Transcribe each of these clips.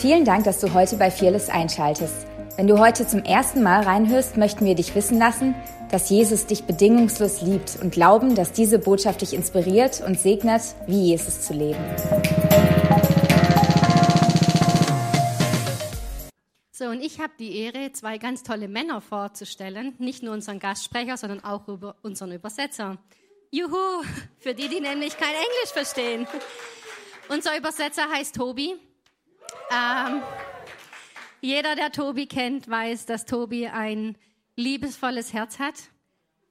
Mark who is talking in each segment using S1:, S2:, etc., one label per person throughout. S1: Vielen Dank, dass du heute bei Fearless einschaltest. Wenn du heute zum ersten Mal reinhörst, möchten wir dich wissen lassen, dass Jesus dich bedingungslos liebt und glauben, dass diese Botschaft dich inspiriert und segnet, wie Jesus zu leben.
S2: So, und ich habe die Ehre, zwei ganz tolle Männer vorzustellen. Nicht nur unseren Gastsprecher, sondern auch über unseren Übersetzer. Juhu, für die, die nämlich kein Englisch verstehen. Unser Übersetzer heißt Tobi. Ähm, jeder, der Tobi kennt, weiß, dass Tobi ein liebesvolles Herz hat,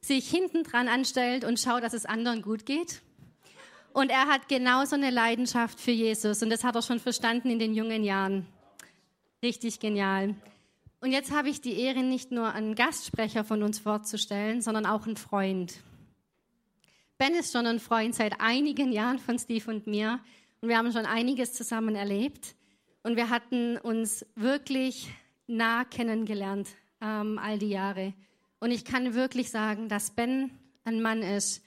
S2: sich hinten dran anstellt und schaut, dass es anderen gut geht. Und er hat genauso eine Leidenschaft für Jesus und das hat er schon verstanden in den jungen Jahren. Richtig genial. Und jetzt habe ich die Ehre, nicht nur einen Gastsprecher von uns vorzustellen, sondern auch einen Freund. Ben ist schon ein Freund seit einigen Jahren von Steve und mir und wir haben schon einiges zusammen erlebt und wir hatten uns wirklich nah kennengelernt ähm, all die Jahre. Und ich kann wirklich sagen, dass Ben ein Mann ist,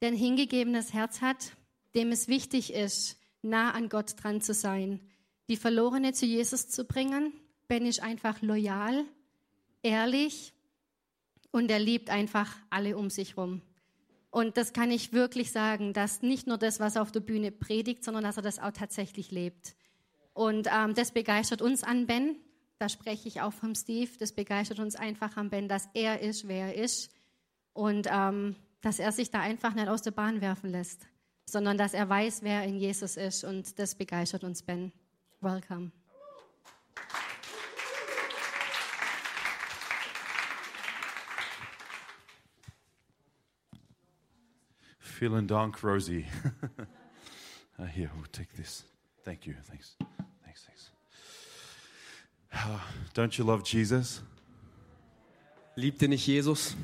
S2: der ein hingegebenes Herz hat, dem es wichtig ist, nah an Gott dran zu sein, die Verlorene zu Jesus zu bringen. Ben ist einfach loyal, ehrlich und er liebt einfach alle um sich rum. Und das kann ich wirklich sagen, dass nicht nur das, was er auf der Bühne predigt, sondern dass er das auch tatsächlich lebt. Und ähm, das begeistert uns an Ben. Da spreche ich auch vom Steve. Das begeistert uns einfach an Ben, dass er ist, wer er ist. Und ähm, dass er sich da einfach nicht aus der Bahn werfen lässt, sondern dass er weiß, wer in Jesus ist. Und das begeistert uns, Ben. Welcome.
S3: Vielen Dank, Rosie. uh, here, we'll take this. Thank you. Thanks. Thanks. Thanks. Ah, don't you love Jesus?
S4: Liebt ihr nicht Jesus?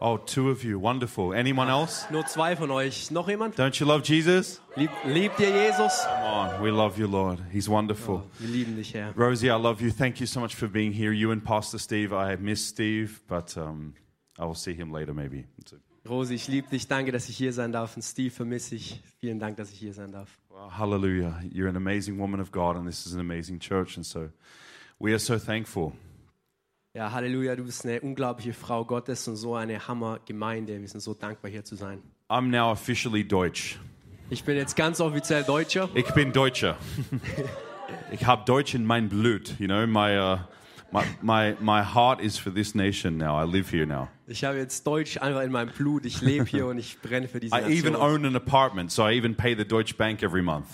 S3: Oh, two of you. Wonderful. Anyone else?
S4: Nur zwei von euch. Noch jemand?
S3: Don't you love Jesus?
S4: Lieb, liebt ihr Jesus?
S3: Come on. We love you, Lord. He's wonderful.
S4: Wir lieben dich, Herr.
S3: Rosie, I love you. Thank you so much for being here. You and Pastor Steve. I miss Steve, but um, I will see him later, maybe. So,
S4: Rosi, ich liebe dich. Danke, dass ich hier sein darf. Und Steve vermisse ich. Vielen Dank, dass ich hier sein darf.
S3: well, oh, hallelujah. You're an amazing woman of God, and this is an amazing church. And so we are so thankful.
S4: Ja, Halleluja, du bist eine unglaubliche Frau Gottes und so eine Hammergemeinde. Wir sind so dankbar, hier zu sein.
S3: I'm now officially Deutsch.
S4: Ich bin jetzt ganz offiziell Deutscher.
S3: Ich bin Deutscher. ich habe Deutsch in mein Blut. You know, my, uh, my, my, my heart is for this nation now. I live here now.
S4: Ich habe jetzt Deutsch einfach in meinem Blut. Ich lebe hier und ich brenne für diese
S3: I even
S4: Nation.
S3: own an apartment, so I even pay the Deutsche Bank every month.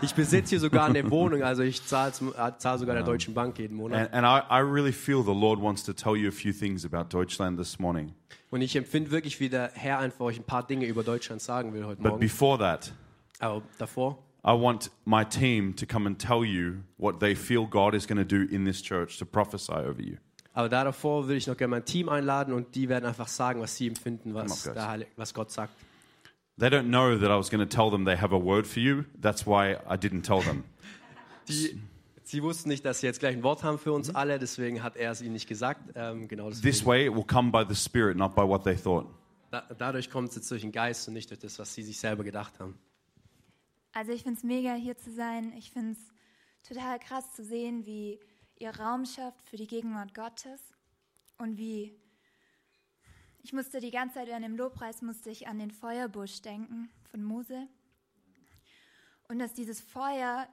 S4: Ich besitze hier sogar eine Wohnung, also ich zahle zum- äh, zahle sogar der Deutschen Bank jeden Monat.
S3: And, and I, I really feel the Lord wants to tell you a few things about Deutschland this morning.
S4: Und ich empfinde wirklich, wie der Herr einfach euch ein paar Dinge über Deutschland sagen will heute
S3: But
S4: Morgen.
S3: before that,
S4: Aber davor
S3: I want my team to come and tell you what they feel God is going to do in this church to prophesy over you.
S4: Aber da davor würde ich noch gerne mein Team einladen und die werden einfach sagen, was sie empfinden, was,
S3: Come on, guys.
S4: der Heilige, was Gott sagt.
S3: They don't know that I was going to tell them they have a word for you. That's why I didn't tell them.
S4: Die, sie wussten nicht, dass sie jetzt gleich ein Wort haben für uns alle, deswegen hat er es ihnen nicht gesagt. Ähm, genau
S3: This
S4: deswegen,
S3: way, it will come by the Spirit, not by what they thought.
S4: da, dadurch kommt es jetzt durch den Geist und nicht durch das, was sie sich selber gedacht haben.
S5: Also ich finde es mega, hier zu sein. Ich finde es total krass zu sehen, wie ihr Raum schafft für die Gegenwart Gottes und wie ich musste die ganze Zeit an dem Lobpreis musste ich an den Feuerbusch denken von Mose und dass dieses Feuer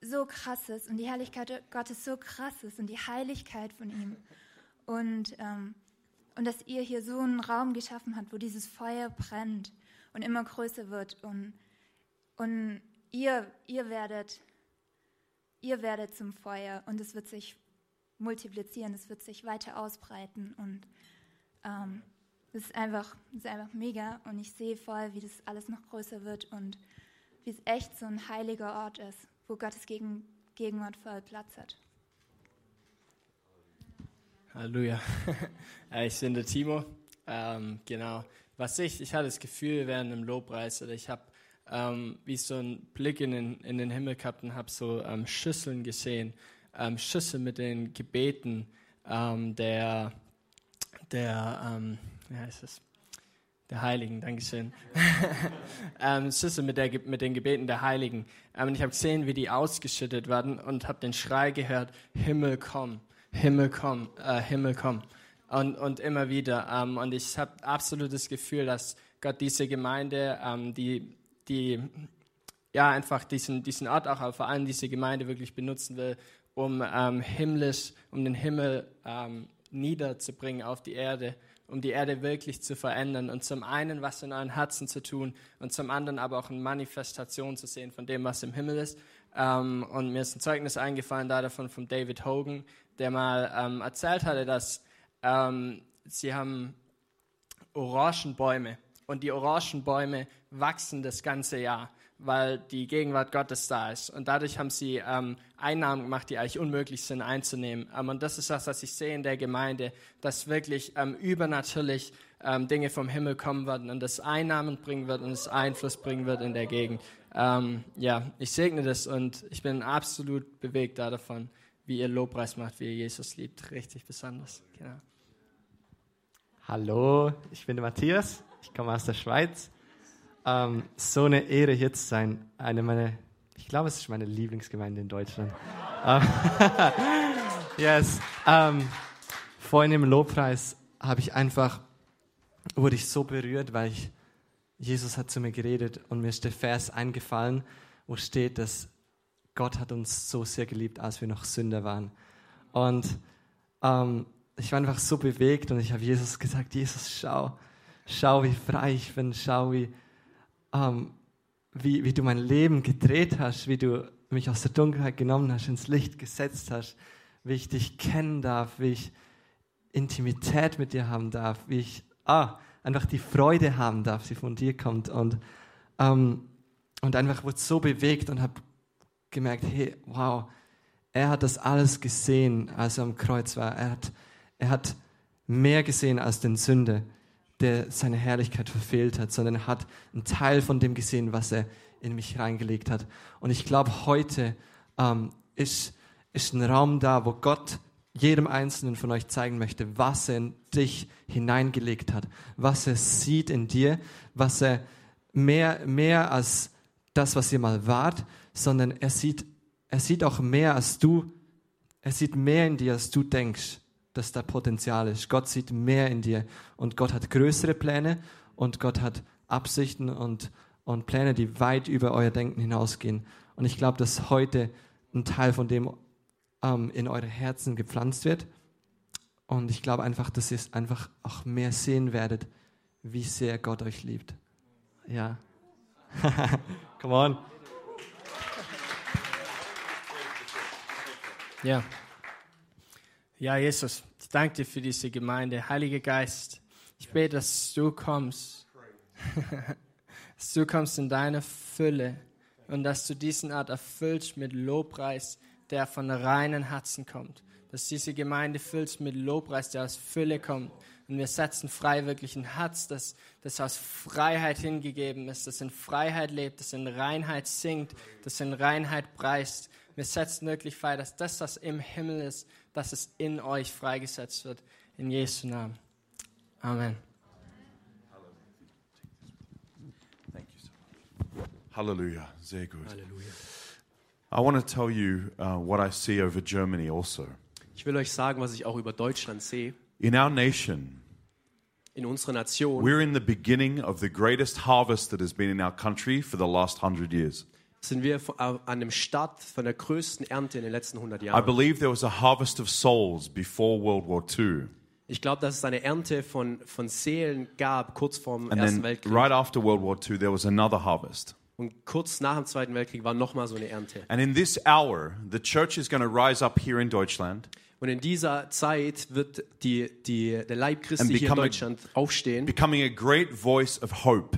S5: so krass ist und die Herrlichkeit Gottes so krass ist und die Heiligkeit von ihm und ähm, und dass ihr hier so einen Raum geschaffen habt, wo dieses Feuer brennt und immer größer wird um und und ihr, ihr werdet, ihr werdet zum Feuer und es wird sich multiplizieren, es wird sich weiter ausbreiten und ähm, es ist einfach, es ist einfach mega und ich sehe voll, wie das alles noch größer wird und wie es echt so ein heiliger Ort ist, wo Gottes Gegen Gegenwart voll Platz hat.
S6: Halleluja. Äh, Ich bin der Timo. Ähm, genau. Was ich, ich hatte das Gefühl während dem Lobpreis, oder ich habe ähm, wie so einen Blick in den, in den Himmel gehabt und habe so ähm, Schüsseln gesehen. Ähm, Schüsseln mit den Gebeten ähm, der, der, ähm, wie heißt es? der Heiligen, Dankeschön. ähm, Schüssel mit, der, Ge- mit den Gebeten der Heiligen. Ähm, und ich habe gesehen, wie die ausgeschüttet werden und habe den Schrei gehört, Himmel komm, Himmel komm, äh, Himmel komm. Und, und immer wieder. Ähm, und ich habe absolut das Gefühl, dass Gott diese Gemeinde, ähm, die, die ja, einfach diesen, diesen Ort auch, aber vor allem diese Gemeinde wirklich benutzen will, um ähm, himmlisch, um den Himmel ähm, niederzubringen auf die Erde, um die Erde wirklich zu verändern und zum einen was in euren Herzen zu tun und zum anderen aber auch eine Manifestation zu sehen von dem, was im Himmel ist. Ähm, und mir ist ein Zeugnis eingefallen da davon von David Hogan, der mal ähm, erzählt hatte, dass ähm, sie haben Orangenbäume. Und die Orangenbäume wachsen das ganze Jahr, weil die Gegenwart Gottes da ist. Und dadurch haben sie ähm, Einnahmen gemacht, die eigentlich unmöglich sind einzunehmen. Ähm, und das ist das, was ich sehe in der Gemeinde, dass wirklich ähm, übernatürlich ähm, Dinge vom Himmel kommen werden und das Einnahmen bringen wird und es Einfluss bringen wird in der Gegend. Ähm, ja, ich segne das und ich bin absolut bewegt da davon, wie ihr Lobpreis macht, wie ihr Jesus liebt. Richtig besonders. Genau.
S7: Hallo, ich bin der Matthias, ich komme aus der Schweiz. Ähm, so eine Ehre hier zu sein. Eine meiner, ich glaube, es ist meine Lieblingsgemeinde in Deutschland. Ähm, yes. Ähm, vorhin im Lobpreis habe ich einfach, wurde ich so berührt, weil ich, Jesus hat zu mir geredet und mir ist der Vers eingefallen, wo steht, dass Gott hat uns so sehr geliebt, als wir noch Sünder waren. Und ähm, ich war einfach so bewegt und ich habe Jesus gesagt, Jesus, schau, schau, wie frei ich bin, schau, wie, ähm, wie, wie du mein Leben gedreht hast, wie du mich aus der Dunkelheit genommen hast, ins Licht gesetzt hast, wie ich dich kennen darf, wie ich Intimität mit dir haben darf, wie ich ah, einfach die Freude haben darf, die von dir kommt. Und, ähm, und einfach wurde so bewegt und habe gemerkt, hey, wow, er hat das alles gesehen, als er am Kreuz war. Er hat, er hat mehr gesehen als den Sünder, der seine Herrlichkeit verfehlt hat, sondern er hat einen Teil von dem gesehen, was er in mich reingelegt hat. Und ich glaube, heute ähm, ist, ist ein Raum da, wo Gott jedem Einzelnen von euch zeigen möchte, was er in dich hineingelegt hat, was er sieht in dir, was er mehr, mehr als das, was ihr mal wart, sondern er sieht, er sieht auch mehr als du, er sieht mehr in dir, als du denkst, dass da Potenzial ist. Gott sieht mehr in dir und Gott hat größere Pläne und Gott hat Absichten und, und Pläne, die weit über euer Denken hinausgehen. Und ich glaube, dass heute ein Teil von dem ähm, in eure Herzen gepflanzt wird. Und ich glaube einfach, dass ihr es einfach auch mehr sehen werdet, wie sehr Gott euch liebt. Ja. Come on.
S6: Ja. Ja, Jesus, ich danke dir für diese Gemeinde. Heiliger Geist, ich bete, dass du kommst. dass du kommst in deiner Fülle und dass du diesen Art erfüllst mit Lobpreis, der von reinen Herzen kommt. Dass diese Gemeinde füllst mit Lobpreis, der aus Fülle kommt. Und wir setzen frei wirklich ein Herz, das, das aus Freiheit hingegeben ist, das in Freiheit lebt, das in Reinheit singt, das in Reinheit preist. Wir setzen wirklich frei, dass das, was im Himmel ist, dass es in euch freigesetzt wird. In Jesu Namen. Amen.
S3: Thank you so much. Hallelujah. Sehr gut. Hallelujah. I want to tell you uh, what I see over Germany also.
S4: Ich will euch sagen, was ich auch über Deutschland sehe.
S3: In our nation,
S4: In unserer Nation
S3: we're in the beginning of the greatest harvest that has been in our country for the last hundred years.
S4: sind wir vo- au- an dem Start von der größten Ernte in den letzten 100
S3: I
S4: Jahren.
S3: believe there was a harvest of souls before World War II.
S4: Ich glaube, dass es eine Ernte von, von Seelen gab, kurz vor dem
S3: And
S4: Ersten
S3: then
S4: Weltkrieg.
S3: right after World War II, there was another harvest.
S4: Und kurz nach dem Zweiten Weltkrieg war nochmal so eine Ernte.
S3: And in this hour, the church is going to rise up here in Deutschland
S4: Und in dieser Zeit wird die, die, der Leib
S3: And
S4: Christi hier in
S3: become a-
S4: Deutschland aufstehen
S3: becoming a great voice of hope.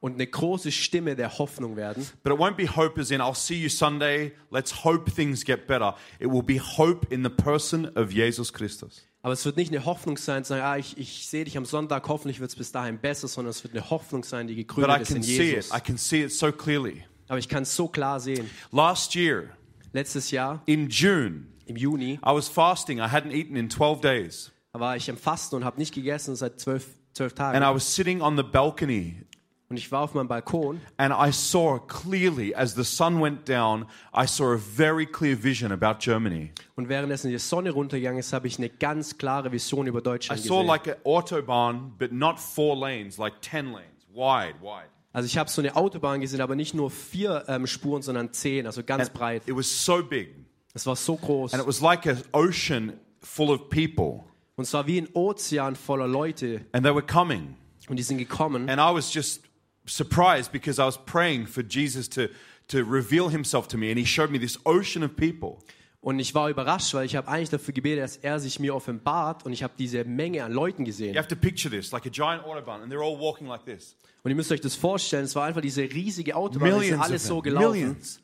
S4: und eine große Stimme der Hoffnung werden.
S3: But it won't be hope as in, I'll see you Sunday, let's hope things get better. It will be hope in the person of Jesus Christus.
S4: Aber es wird nicht eine Hoffnung sein, zu sagen, ah, ich, ich sehe dich am Sonntag, hoffentlich wird es bis dahin besser, sondern es wird eine Hoffnung sein, die
S3: But I
S4: gegründet ist in
S3: can see it.
S4: Jesus.
S3: I can see it so clearly.
S4: Aber ich kann es so klar sehen.
S3: Last year,
S4: Letztes Jahr,
S3: in June,
S4: im Juni,
S3: I was fasting. I hadn't eaten in 12 days.
S4: war ich am Fasten und habe nicht gegessen seit zwölf, zwölf
S3: And I
S4: Tagen.
S3: was sitting on the balcony
S4: Und ich war auf meinem Balkon
S3: and I saw clearly as the sun went down, I saw a very clear vision about Germany.
S4: und währenddessen die Sonne runtergegangen ist, habe ich eine ganz klare Vision über
S3: I
S4: Deutschland
S3: saw
S4: gesehen.
S3: like an autobahn, but not four lanes, like 10 lanes, wide, wide.
S4: Also ich habe so eine Autobahn gesehen, aber nicht nur vier ähm, Spuren, sondern zehn, also ganz
S3: And
S4: breit.
S3: It was so big.
S4: Es war so groß.
S3: And it was like an ocean full of people.
S4: Und es war wie ein Ozean voller Leute.
S3: And they were coming.
S4: Und die sind gekommen.
S3: And I was just surprised because I was praying for Jesus to, to reveal himself to me. And he showed me this ocean of people.
S4: Und ich war überrascht, weil ich habe eigentlich dafür gebetet, dass er sich mir offenbart. Und ich habe diese Menge an Leuten
S3: You
S4: gesehen.
S3: have to picture this like a giant autobahn, and they're all walking like this.
S4: Und ihr müsst euch das vorstellen, es war einfach diese riesige Autobahn. Die sind
S3: Millions.
S4: alles so
S3: Of them.
S4: gelaufen.
S3: Millions.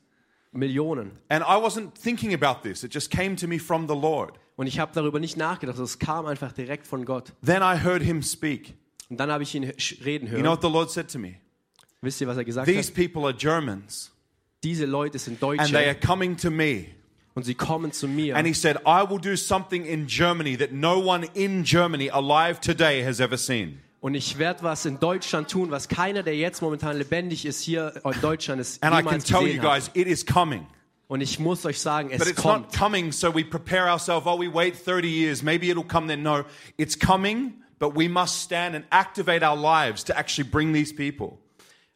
S4: Millionen.
S3: And I wasn't thinking about this, it just came to me from the Lord.
S4: Und ich habe darüber nicht nachgedacht. Also Es kam einfach direkt von Gott.
S3: Then I heard him speak.
S4: Und dann habe ich ihn sch- reden hören.
S3: You know what the Lord said to me?
S4: Wisst ihr, was er gesagt
S3: These
S4: hat?
S3: people are Germans,
S4: Diese Leute sind
S3: and they are
S4: Deutsche.
S3: coming to me.
S4: Und sie kommen zu mir.
S3: And he said, I will do something in Germany that no one in Germany alive today has ever seen.
S4: Und ich werde was in Deutschland tun, was keiner, der jetzt momentan lebendig ist, hier in Deutschland ist,
S3: And I can
S4: jemals
S3: tell you
S4: gesehen hat.
S3: guys, it is coming.
S4: Und ich muss euch sagen,
S3: But
S4: es
S3: it's not
S4: kommt.
S3: coming, so we prepare ourselves. Oh, we wait 30 years, maybe it'll come then. No, it's coming, but we must stand and activate our lives to actually bring these people.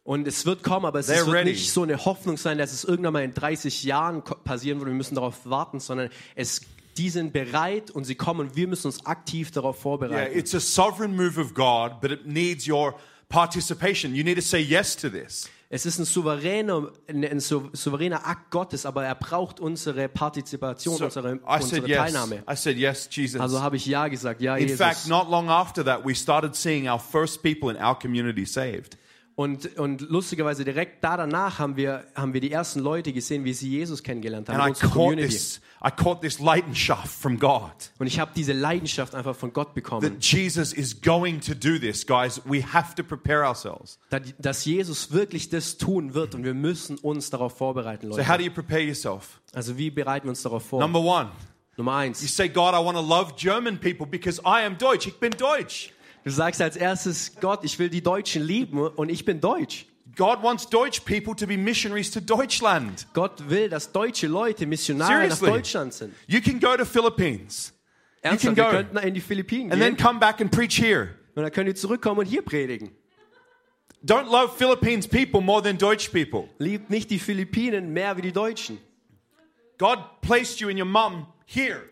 S4: Und es wird kommen, aber es
S3: They're
S4: es wird
S3: ready.
S4: nicht so eine Hoffnung sein, dass es irgendwann mal in 30 Jahren ko- passieren wird. Wir müssen darauf warten, sondern es, die sind bereit und sie kommen und wir müssen uns aktiv darauf
S3: Yeah,
S4: vorbereiten.
S3: it's a sovereign move of God, but it needs your participation. You need to say yes to this.
S4: es ist ein souveräner, ein, ein sou- souveräner Akt Gottes, aber er braucht unsere Partizipation,
S3: So
S4: unsere,
S3: I
S4: unsere
S3: said yes.
S4: Teilnahme.
S3: I said yes, Jesus.
S4: Also habe ich Ja gesagt, ja,
S3: In
S4: Jesus.
S3: fact, not long after that, we started seeing our first people in our community saved.
S4: Und, und lustigerweise direkt da danach haben wir, haben wir die ersten Leute gesehen, wie sie Jesus kennengelernt haben.
S3: And
S4: in
S3: I
S4: unserer
S3: caught
S4: Community.
S3: this. I caught this Leidenschaft from God
S4: Und ich habe diese Leidenschaft einfach von Gott
S3: that
S4: bekommen,
S3: Jesus is going to do this, guys. We have to prepare ourselves.
S4: dass, dass Jesus wirklich das tun wird und wir müssen uns darauf vorbereiten,
S3: So, how
S4: Leute.
S3: do you prepare yourself?
S4: Also wie bereiten wir uns darauf vor?
S3: Number one,
S4: Nummer
S3: you
S4: eins.
S3: say, God, I want to love German people because I am Deutsch. Ich bin Deutsch.
S4: Du sagst als erstes, Gott, ich will die Deutschen lieben und ich bin Deutsch.
S3: God wants Deutsch people to be missionaries to Deutschland.
S4: Gott will, dass deutsche Leute Missionare
S3: Seriously?
S4: nach Deutschland sind.
S3: You can go to Philippines can
S4: Ernsthaft, wir
S3: go.
S4: könnten in die Philippinen
S3: and then
S4: gehen
S3: come back and preach here.
S4: und dann können die zurückkommen und hier predigen.
S3: Don't love Philippines people more than Deutsch people.
S4: Liebt nicht die Philippinen mehr wie die Deutschen.
S3: God placed you and your mum here.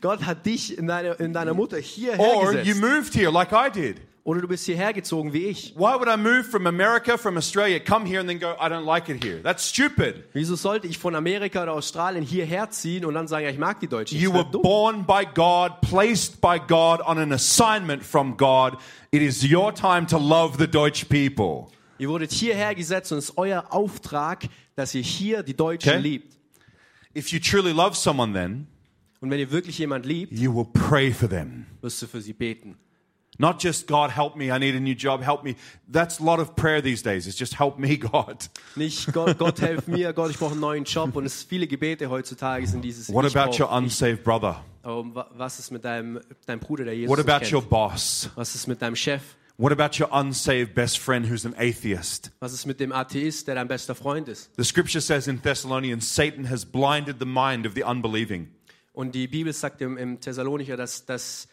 S4: Gott hat dich in deiner, in deiner Mutter hierher
S3: Or you
S4: gesetzt.
S3: moved here like I did.
S4: Oder du bist hierher gezogen wie ich.
S3: Why would I move from America, from Australia, come here and then go, I don't like it here? That's stupid.
S4: Wieso sollte ich von Amerika oder Australien hierher ziehen und dann sagen, ja, ich mag die Deutschen?
S3: You
S4: Das
S3: were
S4: wär dumm.
S3: born by God, placed by God on an assignment from God. It is your time to love the Deutsch people.
S4: Ihr wurdet hierher gesetzt und es ist euer Auftrag, dass ihr hier die Deutschen
S3: Okay.
S4: liebt.
S3: If you truly love someone, then
S4: Und wenn ihr wirklich jemand liebt,
S3: you will pray for them.
S4: wirst du für sie beten.
S3: Not just God, help me, I need a new job, help me. That's a lot of prayer these days. It's just help me, God.
S4: Nicht Gott, Gott helf mir, Gott, ich brauche einen neuen Job und es viele Gebete heutzutage sind dieses.
S3: What
S4: ich
S3: about your
S4: brauch-
S3: unsaved brother?
S4: Oh, wa- was ist mit deinem, deinem Bruder, der Jesus
S3: What about
S4: nicht
S3: your
S4: kennt?
S3: boss?
S4: Was ist mit deinem Chef?
S3: What about your unsaved best friend who's an atheist?
S4: Was ist mit dem Atheist, der dein bester Freund ist?
S3: The scripture says in Thessalonians, Satan has blinded the mind of the unbelieving.
S4: Und die Bibel sagt im, im Thessalonicher, dass, dass,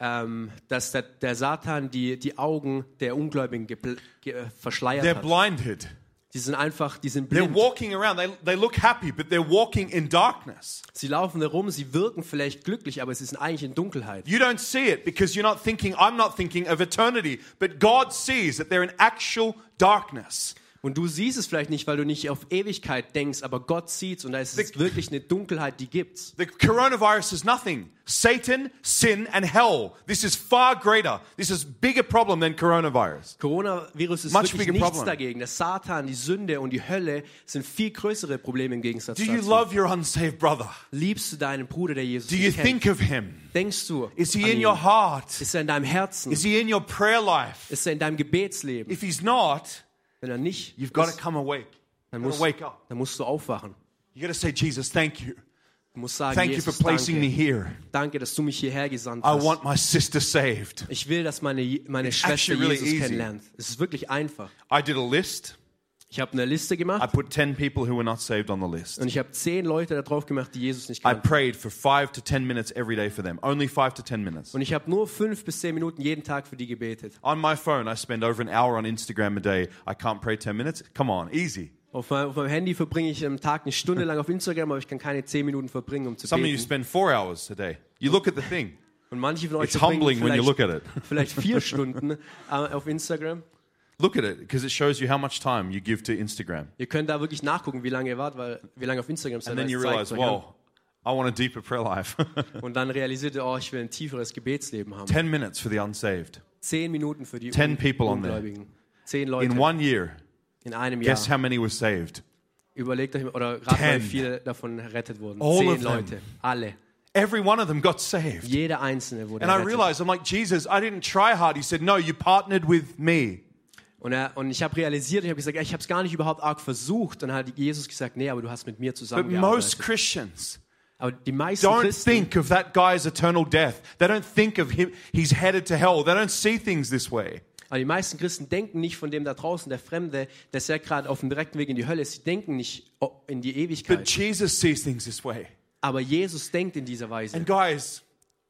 S4: ähm, dass der, der Satan die, die Augen der Ungläubigen gebl- ge äh, verschleiert
S3: They're
S4: hat.
S3: blinded.
S4: Die sind einfach, die sind
S3: They're
S4: blind.
S3: walking around. They, they look happy, but they're walking in darkness.
S4: Sie laufen herum, sie wirken vielleicht glücklich, aber sie sind eigentlich in Dunkelheit.
S3: You don't see it because you're not thinking, I'm not thinking of eternity, but God sees that they're in actual darkness.
S4: Und du siehst es vielleicht nicht, weil du nicht auf Ewigkeit denkst, aber Gott sieht's und da ist es
S3: The-
S4: wirklich eine Dunkelheit, die gibt's.
S3: The coronavirus is nothing. Satan, sin, and hell. This is far greater. This is bigger problem than coronavirus.
S4: Coronavirus ist
S3: Much
S4: wirklich
S3: bigger
S4: nichts
S3: problem.
S4: dagegen. Der Satan, die Sünde und die Hölle sind viel größere Probleme im Gegensatz
S3: Do
S4: dazu.
S3: you love your unsaved brother?
S4: Liebst du deinen Bruder, der Jesus
S3: Do you
S4: nicht kennt?
S3: think of him?
S4: Denkst du?
S3: Is
S4: an
S3: he in
S4: ihn?
S3: your heart?
S4: Ist er in deinem Herzen?
S3: Is he in your prayer life?
S4: Ist er in deinem Gebetsleben?
S3: If he's not,
S4: Wenn er nicht,
S3: you've got to
S4: ist,
S3: come awake.
S4: dann,
S3: You've got to
S4: musst,
S3: wake up.
S4: dann musst du aufwachen.
S3: You got to say, Jesus, thank you.
S4: Ich muss sagen,
S3: Thank you for
S4: Jesus,
S3: placing me
S4: danke.
S3: here.
S4: danke, dass du mich hierher gesandt
S3: I
S4: hast.
S3: want my sister saved.
S4: ich will, dass meine, meine
S3: It's
S4: Schwester
S3: actually really
S4: Jesus
S3: easy.
S4: kennenlernt. Es ist wirklich einfach.
S3: I did a list.
S4: Ich habe eine Liste
S3: I
S4: gemacht
S3: put 10 people who were not saved on the list.
S4: und ich habe zehn Leute da drauf gemacht, die Jesus nicht
S3: I
S4: kannten.
S3: prayed for five to 10 minutes every day for them. Only five to 10 minutes.
S4: Und ich habe nur fünf bis zehn Minuten jeden Tag für die gebetet.
S3: On my phone, I spend over an hour on Instagram a day. I can't pray 10 minutes. Come on, easy.
S4: Auf, mein, auf meinem Handy verbringe ich am Tag eine Stunde lang auf Instagram, aber ich kann keine zehn Minuten verbringen, um zu
S3: Some of you
S4: beten.
S3: spend four hours a day. You look at the thing.
S4: Und manche von euch
S3: It's
S4: verbringen
S3: humbling when you look
S4: vielleicht,
S3: at it.
S4: vielleicht vier Stunden äh, auf Instagram.
S3: Look at it because it shows you how much time you give to Instagram.
S4: Ihr könnt da wirklich nachgucken, wie lange ihr wart, weil wie lange auf Instagram seid.
S3: And then
S4: weil
S3: you
S4: es zeigt
S3: realize,
S4: euch an.
S3: whoa, I want a deeper prayer life.
S4: Und dann realisiert ihr, oh, ich will ein tieferes Gebetsleben haben.
S3: 10 minutes for the unsaved.
S4: Zehn Minuten für die
S3: Ten
S4: Un
S3: people on there.
S4: Ungläubigen. Zehn Leute
S3: In one year,
S4: in einem Jahr.
S3: guess how many were saved?
S4: Überlegt euch, oder gerade mal,
S3: Ten.
S4: wie viele davon errettet wurden.
S3: All of
S4: Zehn
S3: them.
S4: Leute. Alle.
S3: Every one of them got saved.
S4: Jeder Einzelne wurde
S3: And I
S4: errettet.
S3: realized, I'm like, Jesus, I didn't try hard. He said, No, you partnered with me.
S4: Und, er, und ich habe realisiert, ich habe gesagt, ich habe es gar nicht überhaupt arg versucht. Und dann hat Jesus gesagt, nee, aber du hast mit mir
S3: But most
S4: zusammengearbeitet.
S3: Christians
S4: Aber die meisten
S3: don't
S4: Christen
S3: think of that guy's eternal death. They don't think of him, he's headed to hell. They don't see things this way.
S4: Aber die meisten Christen denken nicht von dem da draußen, der Fremde, dass er gerade auf dem direkten Weg in die Hölle ist. Sie denken nicht oh, in die
S3: But
S4: Ewigkeit.
S3: Jesus sees things this way.
S4: Aber Jesus denkt in dieser Weise.
S3: And guys,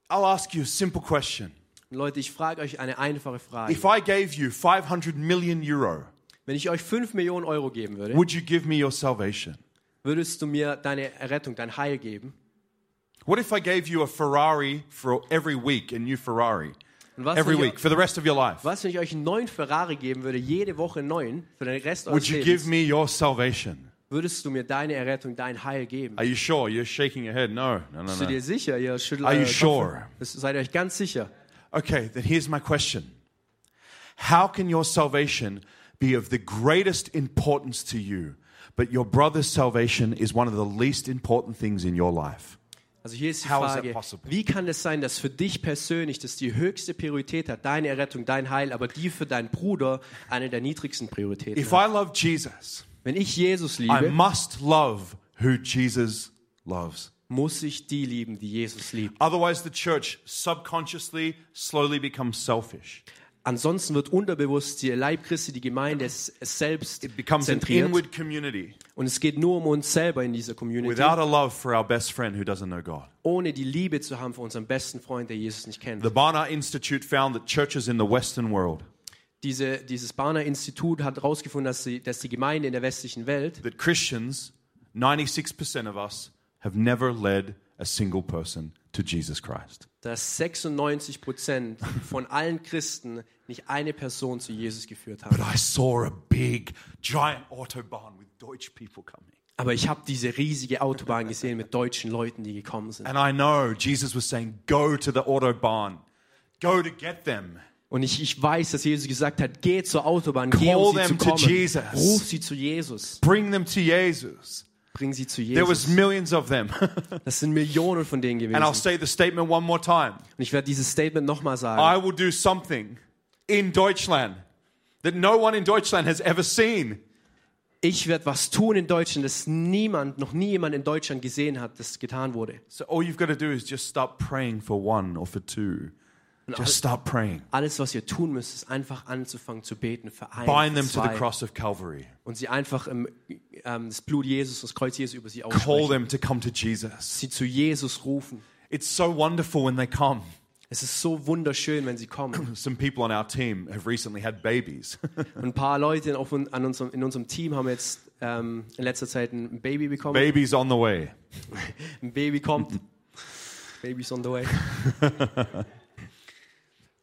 S3: I'll ask you a simple question.
S4: Und Leute, ich frage euch eine einfache Frage.
S3: If I gave you 500 million euro,
S4: Wenn ich euch 5 Millionen Euro geben würde,
S3: would you give me your salvation?
S4: würdest du mir deine Errettung, dein Heil geben?
S3: What if I gave you a Ferrari for every week, a new Ferrari?
S4: Und was,
S3: Every
S4: wenn
S3: week
S4: ich,
S3: for the rest of your life.
S4: was, wenn ich euch einen neuen Ferrari geben würde, jede Woche einen neuen, für den Rest
S3: Would
S4: eures
S3: you give
S4: Lebens,
S3: me your salvation?
S4: würdest du mir deine Errettung, dein Heil geben?
S3: Are you sure? You're shaking your head. No, no, no,
S4: Bist du
S3: no.
S4: dir sicher? Ihr schüttelt
S3: Are you
S4: euer Kopf.
S3: sure?
S4: Das- Seid ihr euch ganz sicher?
S3: Okay, then here's my question How can your salvation be of the greatest importance to you, but your brother's salvation is one of the least important things in your life?
S4: Also hier ist die
S3: How is that
S4: Frage,
S3: possible?
S4: wie kann es sein, dass für dich persönlich das die höchste Priorität hat, deine Errettung, dein Heil, aber die für deinen Bruder eine der niedrigsten Prioritäten
S3: If
S4: hat?
S3: I love Jesus,
S4: Wenn ich Jesus
S3: I
S4: liebe,
S3: must love who Jesus loves.
S4: muss ich die lieben, die Jesus liebt.
S3: Otherwise, the church subconsciously slowly becomes selfish.
S4: Ansonsten wird unterbewusst die Leib Christi, die Gemeinde, es es selbst
S3: It becomes an
S4: zentriert.
S3: inward community
S4: Und es geht nur um uns selber in dieser Community,
S3: without a love for our best friend who doesn't know God.
S4: ohne die Liebe zu haben für unseren besten Freund, der Jesus nicht kennt.
S3: The Barna Institute found that churches in the Western world,
S4: Diese, dieses Barner Institut hat herausgefunden, dass, sie- dass die Gemeinde in der westlichen Welt
S3: that Christians, 96% of us, have never led a single person to Jesus Christ.
S4: dass 96 Prozent von allen Christen nicht eine Person zu Jesus geführt
S3: But
S4: haben.
S3: I saw a big, giant Autobahn with Deutsch people coming.
S4: Aber ich habe diese riesige Autobahn gesehen mit deutschen Leuten, die gekommen sind.
S3: And I know Jesus was saying, Go to the Autobahn, go to get them.
S4: Und ich, ich weiß, dass Jesus gesagt hat, geh zur Autobahn, geh
S3: Call
S4: um sie zu
S3: them to
S4: kommen.
S3: Jesus.
S4: Ruf sie zu Jesus.
S3: Bring them to Jesus.
S4: Bring sie zu
S3: There was
S4: Jesus.
S3: millions of them.
S4: Das sind Millionen von denen gewesen.
S3: and I'll
S4: Und
S3: say the statement one more time.
S4: ich werde dieses Statement nochmal
S3: I
S4: sagen.
S3: will do something in Deutschland that no one in Deutschland has ever seen.
S4: Ich werde was tun in Deutschland, das niemand, noch nie jemand in Deutschland gesehen hat, das getan wurde.
S3: So all you've got to do is just start praying for one or for two. Just start praying.
S4: Alles, was ihr tun müsst, ist einfach anzufangen zu beten für einen,
S3: Bind them
S4: für
S3: to the
S4: zwei.
S3: cross of Calvary.
S4: und sie einfach ähm, ähm, das Blut Jesus, das Kreuz Jesus über sie
S3: Call them
S4: aussprechen,
S3: to come to Jesus.
S4: sie zu Jesus rufen.
S3: It's so wonderful when they come.
S4: Es ist so wunderschön, wenn sie kommen.
S3: Some people on our team have recently had babies.
S4: Und ein paar Leute auf, un- an unserem, in unserem Team haben jetzt ähm, in letzter Zeit ein Baby bekommen.
S3: babies on the way.
S4: Ein Baby
S3: Mhm.
S4: kommt. Baby's on the way.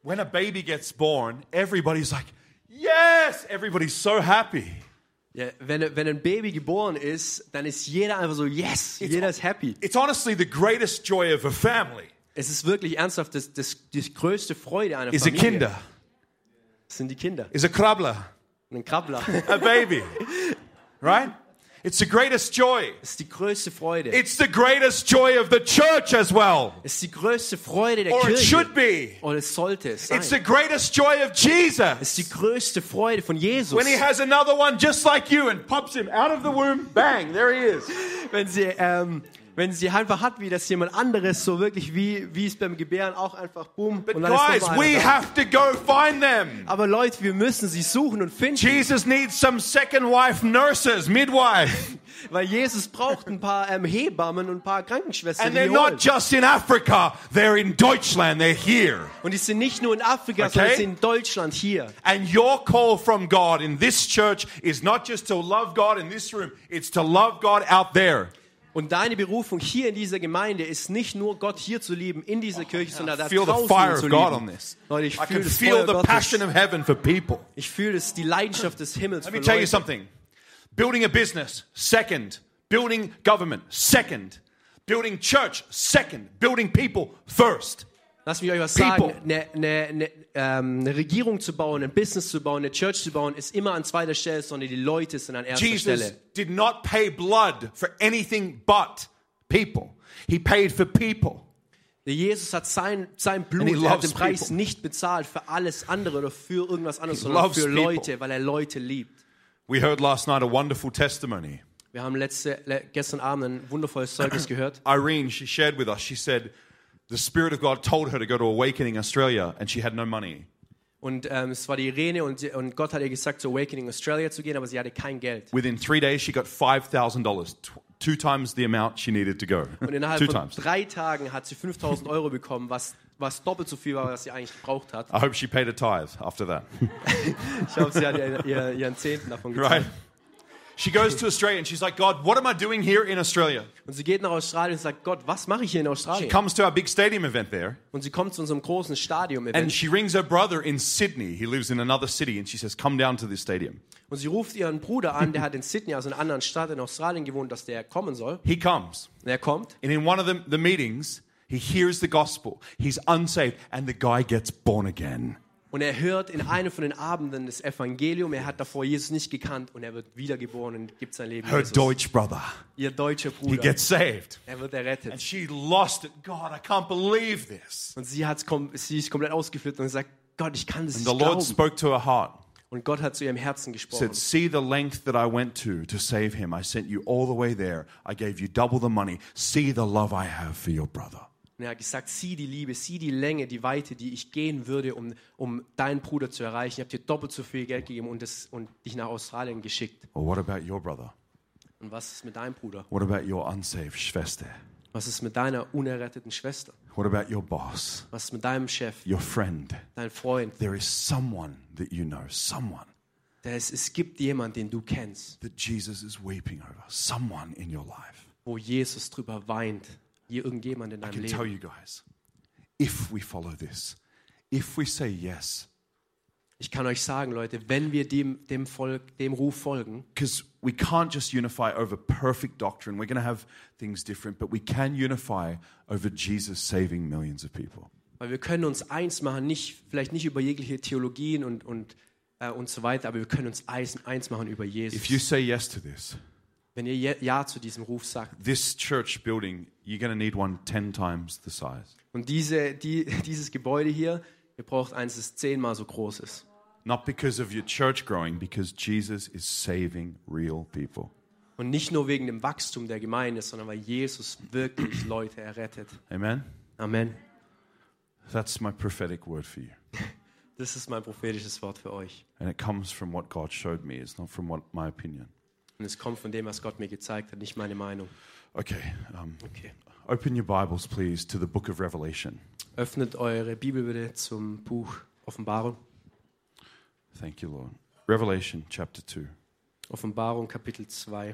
S3: When a baby gets born, everybody's like, yes! Everybody's so happy.
S4: Ja, wenn, wenn ein Baby geboren ist, dann ist jeder einfach so, yes,
S3: It's-
S4: jeder ist happy.
S3: It's honestly the greatest joy of a family
S4: Es ist wirklich ernsthaft, das, das, die größte Freude einer
S3: is a
S4: Familie
S3: kinder,
S4: sind die Kinder.
S3: is a krabbler,
S4: Und ein Krabbler.
S3: a baby, right? It's the greatest joy.
S4: Das ist die größte Freude.
S3: It's the greatest joy of the church as well.
S4: Es ist die größte Freude der
S3: Or it
S4: Kirche.
S3: should be.
S4: Oder es sollte es sein.
S3: It's the greatest joy of Jesus.
S4: Es ist die größte Freude von Jesus.
S3: When he has another one just like you and pops him out of the womb, bang, there he is.
S4: wenn sie ähm, wenn sie einfach hat, wie das jemand anderes so wirklich wie, wie es beim Gebären auch einfach boom.
S3: But
S4: und dann ist
S3: guys,
S4: nochmal
S3: we
S4: einer da.
S3: have to go find them.
S4: Aber Leute, wir müssen sie suchen und finden,
S3: Jesus needs some second wife nurses, midwife,
S4: weil Jesus braucht ein paar ähm, Hebammen und ein paar Krankenschwestern.
S3: and
S4: die
S3: they're
S4: die holen.
S3: not just in Africa. They're in Deutschland. They're here.
S4: Und die sind nicht nur in Afrika,
S3: Okay?
S4: sondern sie sind in Deutschland hier.
S3: And your call from God in this church is not just to love God in this room. It's to love God out there.
S4: Und deine Berufung hier in dieser Gemeinde ist nicht nur Gott hier zu lieben, in dieser Kirche, sondern da
S3: Oh, Feel the
S4: draußen
S3: fire
S4: zu
S3: of
S4: lieben.
S3: God on this.
S4: Leute, ich
S3: I
S4: fühle
S3: can
S4: das
S3: feel
S4: Feuer
S3: the
S4: Gottes.
S3: passion of heaven for people.
S4: Ich fühle es, die Leidenschaft des Himmels
S3: Let me
S4: für
S3: tell you
S4: Leute.
S3: something. Building a business, second. Building government, second. Building church, second. Building people, first.
S4: Lass mich euch was
S3: People.
S4: sagen. Eine, eine, eine, ähm, eine Regierung zu bauen, ein Business zu bauen, eine Church zu bauen, ist immer an zweiter Stelle, sondern die Leute sind an erster
S3: Jesus
S4: Stelle.
S3: did not pay blood for anything but people. He paid for people.
S4: Jesus hat sein, sein
S3: And he
S4: Blut, er hat
S3: loves
S4: den Preis
S3: people.
S4: nicht bezahlt für alles andere oder für irgendwas anderes,
S3: He
S4: sondern
S3: loves
S4: für
S3: people.
S4: Leute, weil er Leute liebt.
S3: We heard last night a wonderful testimony.
S4: Wir haben letzte, le- gestern Abend ein wundervolles Zeugnis gehört.
S3: Irene, she shared with us, she said, the Spirit of God told her to go to Awakening Australia and she had no money.
S4: Und ähm, es war die Irene und, sie- und Gott hat ihr gesagt, zu Awakening Australia zu gehen, aber sie hatte kein Geld.
S3: Within three days, she got $5,000, tw- two times the amount she needed to go.
S4: Und innerhalb
S3: two
S4: von
S3: times.
S4: drei Tagen hat sie 5000 Euro bekommen, was, was doppelt so viel war, was sie eigentlich gebraucht hat.
S3: I hope she paid a tithe after that.
S4: Ich glaube, sie hat ihr, ihr, ihren Zehnten davon gezahlt.
S3: right? She goes to Australia and she's like, God, what am I doing here in Australia?
S4: Und sie geht nach Australien und sagt, Gott, was mache ich hier in
S3: She
S4: Australien?
S3: comes to our big stadium event there
S4: Und sie kommt zu unserem großen Stadion
S3: and
S4: und
S3: she rings her brother in Sydney. He lives in another city and she says, Come down to this stadium.
S4: sie ruft ihren Bruder an, der hat in Sydney, also in einer anderen Stadt in Australien gewohnt, dass der kommen soll.
S3: He comes.
S4: Und er kommt
S3: And in one of the, the meetings, he hears the gospel. He's unsaved and the guy gets born again.
S4: und er hört in einem von den Abenden das Evangelium. Er hat davor Jesus nicht gekannt und er wird wiedergeboren und gibt sein Leben
S3: Her
S4: Jesus.
S3: Deutsch brother.
S4: Ihr deutscher
S3: He
S4: Bruder.
S3: gets saved.
S4: Er wird
S3: And
S4: errettet.
S3: she lost it. God, I can't believe this.
S4: Und sie, hat's kom sie ist komplett ausgeflippt und sagt, Gott, ich kann das
S3: And the
S4: nicht
S3: Lord
S4: glauben.
S3: spoke to her heart.
S4: Und Gott hat zu ihrem Herzen gesprochen.
S3: said, See the length that I went to to save him. I sent you all the way there. I gave you double the money. See the love I have for your brother.
S4: Und er hat gesagt, sieh die Liebe, sieh die Länge, die Weite, die ich gehen würde, um, um deinen Bruder zu erreichen. Ich habe dir doppelt so viel Geld gegeben und, das, und dich nach Australien geschickt.
S3: Well, what about your brother?
S4: Und was ist mit deinem Bruder?
S3: What about your unsaved Schwester?
S4: Was ist mit deiner unerretteten Schwester?
S3: What about your boss?
S4: Was ist mit deinem Chef,
S3: Your friend?
S4: deinem Freund?
S3: There is someone that you know, someone
S4: Der Es, es gibt jemanden, den du kennst,
S3: that Jesus is weeping over, someone in your life.
S4: wo Jesus drüber weint. Hier irgendjemand in
S3: I
S4: deinem
S3: can tell
S4: Leben.
S3: you guys, if we follow this, if we say yes,
S4: Ich kann euch sagen, Leute, wenn wir dem, dem, Volk, dem Ruf folgen,
S3: because we can't just unify over perfect doctrine. We're going to have things different, but we can unify over Jesus saving millions of people.
S4: Weil wir können uns eins machen, nicht, vielleicht nicht über jegliche Theologien und, und, äh, und so weiter, aber wir können uns eins, eins machen über
S3: If you
S4: Jesus.
S3: say yes to this,
S4: Wenn ihr Je- Ja zu diesem Ruf sagt.
S3: this church building, you're going to need one 10 times the size.
S4: Und diese, die, dieses Gebäude hier, ihr braucht eins, das zehnmal so groß ist.
S3: Not because of your church growing, because Jesus is saving real people.
S4: Und nicht nur wegen dem Wachstum der Gemeinde, sondern weil Jesus wirklich Leute errettet.
S3: Amen?
S4: Amen.
S3: That's my prophetic word for you.
S4: Das ist mein prophetisches Wort für euch.
S3: And it comes from what God showed me, it's not from what my opinion.
S4: Und es kommt von dem, was Gott mir gezeigt hat, nicht meine Meinung.
S3: Okay, um,
S4: Okay.
S3: open your Bibles, please, to the book of Revelation.
S4: Öffnet eure Bibel bitte zum Buch Offenbarung.
S3: Thank you, Lord. Revelation chapter 2.
S4: Offenbarung Kapitel 2.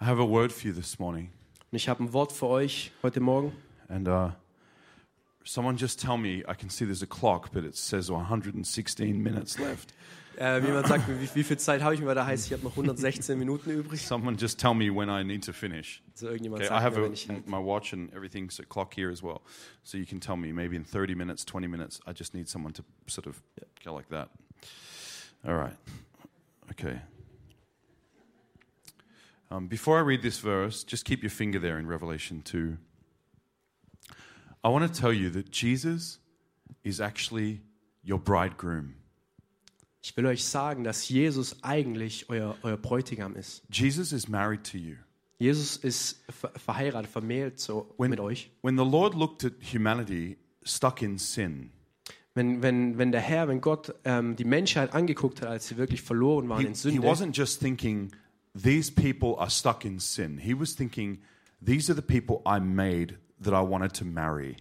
S3: I have a word for you this morning.
S4: Und ich habe ein Wort für euch heute Morgen.
S3: And uh, someone just tell me, I can see there's a clock, but it says 116 minutes left.
S4: Äh, jemand sagt mir, wie, wie viel Zeit habe ich mir, weil da heißt, ich habe noch 116 Minuten übrig.
S3: Someone just tell me when I need to finish.
S4: Also irgendjemand
S3: Okay, I
S4: sagt
S3: have
S4: mir,
S3: a,
S4: wenn ich halt.
S3: my watch and everything, so clock here as well. So you can tell me maybe in 30 minutes, 20 minutes, I just need someone to sort of go like that. All right. Okay. Um, before I read this verse, just keep your finger there in Revelation 2. I want to tell you that Jesus is actually your bridegroom.
S4: Ich will euch sagen, dass Jesus eigentlich euer, euer Bräutigam ist.
S3: Jesus is married to you.
S4: Jesus ist ver verheiratet, vermählt so mit euch.
S3: When the Lord looked at humanity stuck in sin,
S4: Wenn, wenn, wenn der Herr, wenn Gott ähm, die Menschheit angeguckt hat, als sie wirklich verloren waren
S3: he,
S4: in
S3: he
S4: Sünde,
S3: wasn't just thinking, these people are stuck in sin. He was thinking, these are the people I made that I wanted to marry.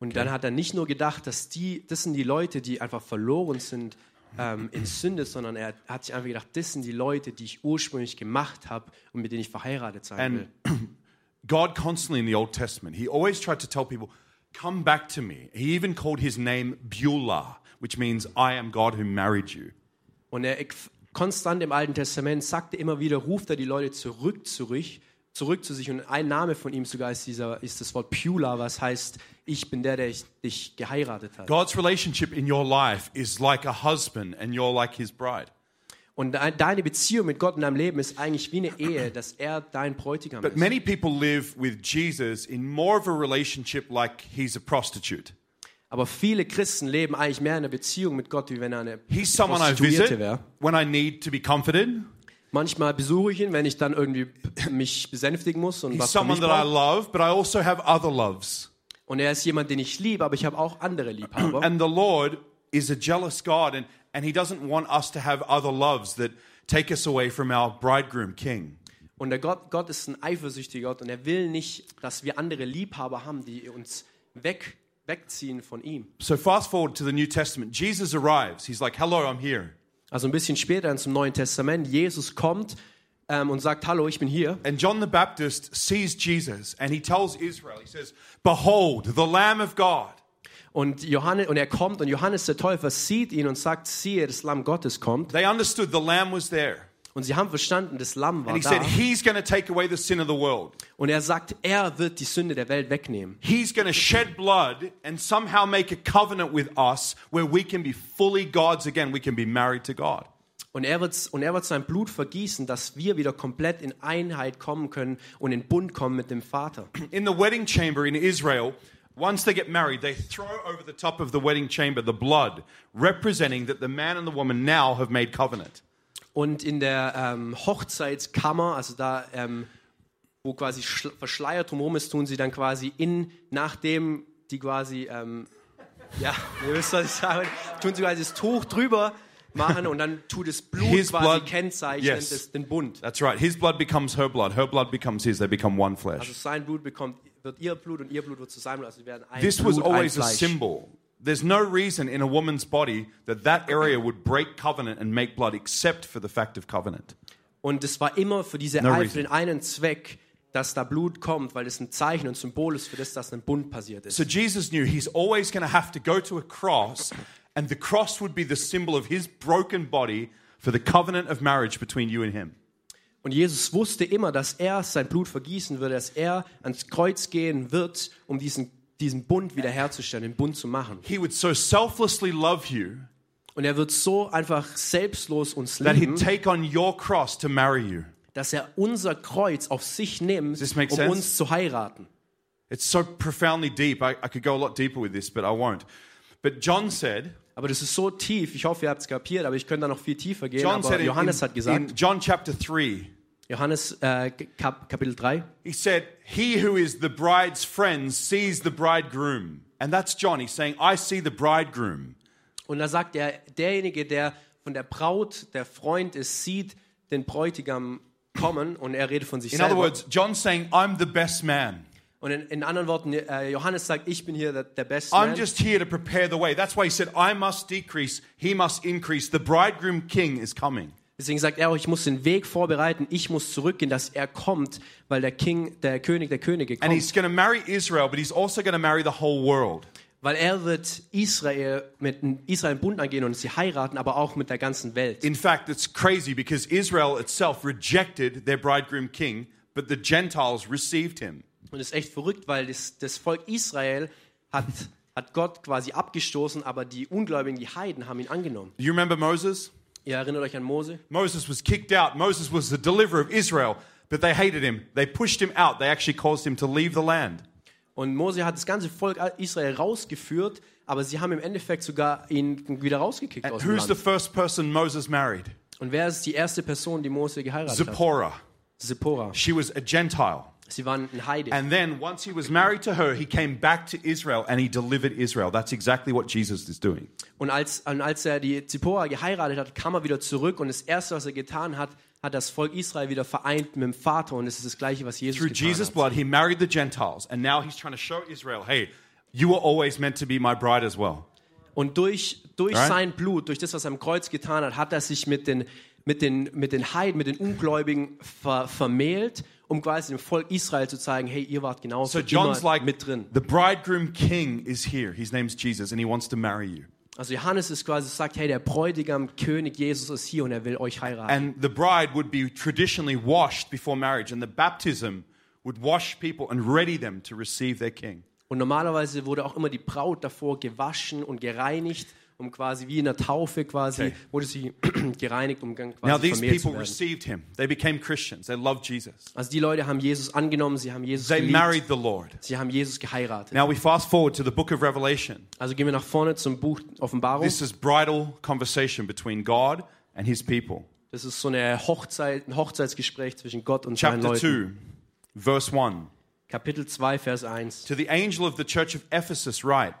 S4: Und dann hat er nicht nur gedacht, dass die, das sind die Leute, die einfach verloren sind ähm, in Sünde, sondern er hat sich einfach gedacht, das sind die Leute, die ich ursprünglich gemacht habe und mit denen ich verheiratet sein
S3: And
S4: will.
S3: God constantly in the Old Testament, he always tried to tell people, come back to me. He even called his name Beulah, which means I am God who married you.
S4: Und er konstant im Alten Testament sagte immer wieder, ruft er die Leute zurück, zurück, zurück zu sich. Und ein Name von ihm sogar ist, dieser, ist das Wort Pula, was heißt, ich bin der, der ich, dich geheiratet hat.
S3: God's relationship in your life is like a husband and you're like his bride.
S4: Und de deine Beziehung mit Gott in deinem Leben ist eigentlich wie eine Ehe, dass er dein Bräutigam
S3: But
S4: ist.
S3: many people live with Jesus in more of a relationship like he's a prostitute.
S4: Aber viele Christen leben eigentlich mehr in einer Beziehung mit Gott, wie wenn er eine
S3: He's someone I
S4: Prostituierte
S3: visit
S4: wäre.
S3: when I need to be comforted.
S4: Manchmal besuche ich ihn, wenn ich dann irgendwie mich besänftigen muss und
S3: He's
S4: was für mich
S3: someone that I
S4: brauche.
S3: love, but I also have other loves.
S4: Und er ist jemand, den ich liebe, aber ich habe auch andere Liebhaber.
S3: And the Lord is a jealous God, and, and He doesn't want us to have other loves that take us away from our bridegroom king.
S4: Und der Gott, Gott ist ein eifersüchtiger Gott und er will nicht, dass wir andere Liebhaber haben, die uns weg, wegziehen von ihm.
S3: So fast forward to the New Testament. Jesus arrives. He's like, Hello, I'm here.
S4: Also ein bisschen später dann zum Neuen Testament, Jesus kommt ähm, und sagt, hallo, ich bin hier.
S3: And John the Baptist sees Jesus and he tells Israel, He says, Behold, the Lamb of God.
S4: Und, Johannes, und er kommt und Johannes der Täufer sieht ihn und sagt, siehe, das Lamm Gottes kommt.
S3: They understood the Lamb was there.
S4: Und sie haben verstanden, das Lamm
S3: And
S4: war
S3: he said,
S4: da.
S3: He's going to take away the sin of the world.
S4: Und er sagt, er wird die Sünde der Welt wegnehmen.
S3: He's going to shed blood and somehow make a covenant with us where we can be fully God's again. We can be married to God.
S4: Und er, wird, und er wird sein Blut vergießen, dass wir wieder komplett in Einheit kommen können und in Bund kommen mit dem Vater.
S3: In the wedding chamber in Israel, once they get married, they throw over the top of the wedding chamber the blood, representing that the man and the woman now have made covenant.
S4: Und in der ähm, Hochzeitskammer, also da, ähm, wo quasi schl- verschleiert drumherum ist, tun sie dann quasi in, nachdem die quasi, ähm, ja, ihr wisst, was ich sage, tun sie quasi das Tuch drüber machen und dann tut das Blut
S3: His
S4: quasi
S3: blood-
S4: kennzeichnen
S3: yes.
S4: das, den Bund.
S3: That's right. His blood becomes her blood, her blood becomes his. They become one
S4: Also
S3: flesh.
S4: sein Blut bekommt, wird ihr Blut und ihr Blut wird zu seinem Blut. Also sie werden ein
S3: This
S4: Blut,
S3: was always
S4: ein
S3: a
S4: Fleisch.
S3: symbol. There's no reason in a woman's body that that area would break covenant and make blood except for the fact of covenant.
S4: Und es war immer für diese
S3: No
S4: ein,
S3: reason.
S4: für den einen Zweck, dass da Blut kommt, weil es ein Zeichen und Symbol ist für das, dass ein Bund passiert ist.
S3: So Jesus knew he's always going to have to go to a cross, and the cross would be the symbol of his broken body for the covenant of marriage between you and him.
S4: Und Jesus wusste immer, dass er sein Blut vergießen würde, dass er ans Kreuz gehen wird, um diesen, diesen Bund wiederherzustellen, den Bund zu machen.
S3: He would so selflessly love you
S4: Und er wird so einfach selbstlos uns
S3: that he'd
S4: lieben,
S3: take on your cross to marry you.
S4: dass er unser Kreuz auf sich nimmt, um
S3: this make sense?
S4: uns zu heiraten.
S3: It's so profoundly deep. I, I could go a lot deeper with this, but I won't. But John said,
S4: Aber das ist so tief. Ich hoffe, ihr habt es kapiert, aber ich könnte da noch viel tiefer gehen.
S3: John
S4: aber
S3: said in-
S4: Johannes
S3: in,
S4: hat gesagt,
S3: in John chapter 3,
S4: Johannes äh, Kap Kapitel 3,
S3: he said, He who is the bride's friend sees the bridegroom. And that's John. He's saying, I see the bridegroom.
S4: Und da sagt er, derjenige, der von der Braut, der Freund ist, sieht den Bräutigam kommen und er redet von sich
S3: In other
S4: selber.
S3: words, John's saying, I'm the best man.
S4: und in, in anderen Worten, äh, Johannes sagt, ich bin hier der, der Beste.
S3: I'm just here to prepare the way. That's why he said, I must decrease, he must increase. The bridegroom king is coming.
S4: Deswegen sagt er auch, ich muss den Weg vorbereiten, ich muss zurückgehen, dass er kommt, weil der King, der König der Könige
S3: And he's
S4: kommt.
S3: going to marry Israel, but he's also going to marry the whole world.
S4: Weil er wird Israel mit Israel einen Bund angehen und sie heiraten, aber auch mit der ganzen Welt.
S3: In fact, it's crazy because Israel itself rejected their bridegroom king, but the Gentiles received him.
S4: Und das ist echt verrückt, weil das, das Volk Israel hat, hat Gott quasi abgestoßen, aber die Ungläubigen, die Heiden, haben ihn angenommen.
S3: Do you remember Moses?
S4: Ihr erinnert euch an Mose?
S3: Moses was kicked out. Moses was the deliverer of Israel, but they hated him. They pushed him out. They actually caused him to leave the land.
S4: Und Mose hat das ganze Volk Israel rausgeführt, aber sie haben im Endeffekt sogar ihn wieder rausgekickt
S3: And
S4: aus dem
S3: who's the
S4: Land.
S3: first person Moses married?
S4: Und wer ist die erste Person, die Mose geheiratet hat?
S3: Zipporah.
S4: Zippora.
S3: She was a Gentile.
S4: Sie waren ein Heide.
S3: And then once he was married to her, he came back to Israel and he delivered Israel. That's exactly what Jesus is doing.
S4: Und als, und als er die Zippora geheiratet hat, kam er wieder zurück und das Erste, was er getan hat, hat das Volk Israel wieder vereint mit dem Vater und es ist das Gleiche, was Jesus
S3: Through
S4: getan
S3: Jesus'
S4: hat.
S3: blood, he married the Gentiles. And now he's trying to show Israel, hey, you were always meant to be my bride as well.
S4: Und durch, durch
S3: Right?
S4: sein Blut, durch das, was er am Kreuz getan hat, hat er sich mit den, mit den, mit den Heiden, mit den Ungläubigen ver, vermählt, um quasi dem Volk Israel zu zeigen, hey, ihr wart genauso
S3: So John's
S4: immer
S3: like,
S4: mit drin.
S3: the bridegroom king is here. His name's Jesus and he wants to marry you.
S4: Also Johannes ist quasi sagt, hey, der Bräutigam, König Jesus ist hier und er will euch heiraten.
S3: And the bride would be traditionally washed before marriage. And the baptism would wash people and ready them to receive their king.
S4: Und normalerweise wurde auch immer die Braut davor gewaschen und gereinigt, um quasi wie in der Taufe quasi,
S3: Okay.
S4: wurde sie gereinigt, um dann
S3: Now,
S4: quasi
S3: these
S4: vermählt zu
S3: people
S4: werden.
S3: received him. They became Christians. They loved Jesus.
S4: Also die Leute haben Jesus angenommen, sie haben Jesus
S3: They
S4: geliebt,
S3: married the Lord.
S4: sie haben Jesus geheiratet.
S3: Now we fast forward to the book of Revelation.
S4: Also gehen wir nach vorne zum Buch Offenbarung.
S3: This is bridal conversation between God and his people.
S4: Das ist so eine Hochzeit, ein Hochzeitsgespräch zwischen Gott und seinen
S3: Chapter
S4: Leuten.
S3: 2, verse 1.
S4: Kapitel 2, Vers 1.
S3: To the angel of the church of Ephesus, write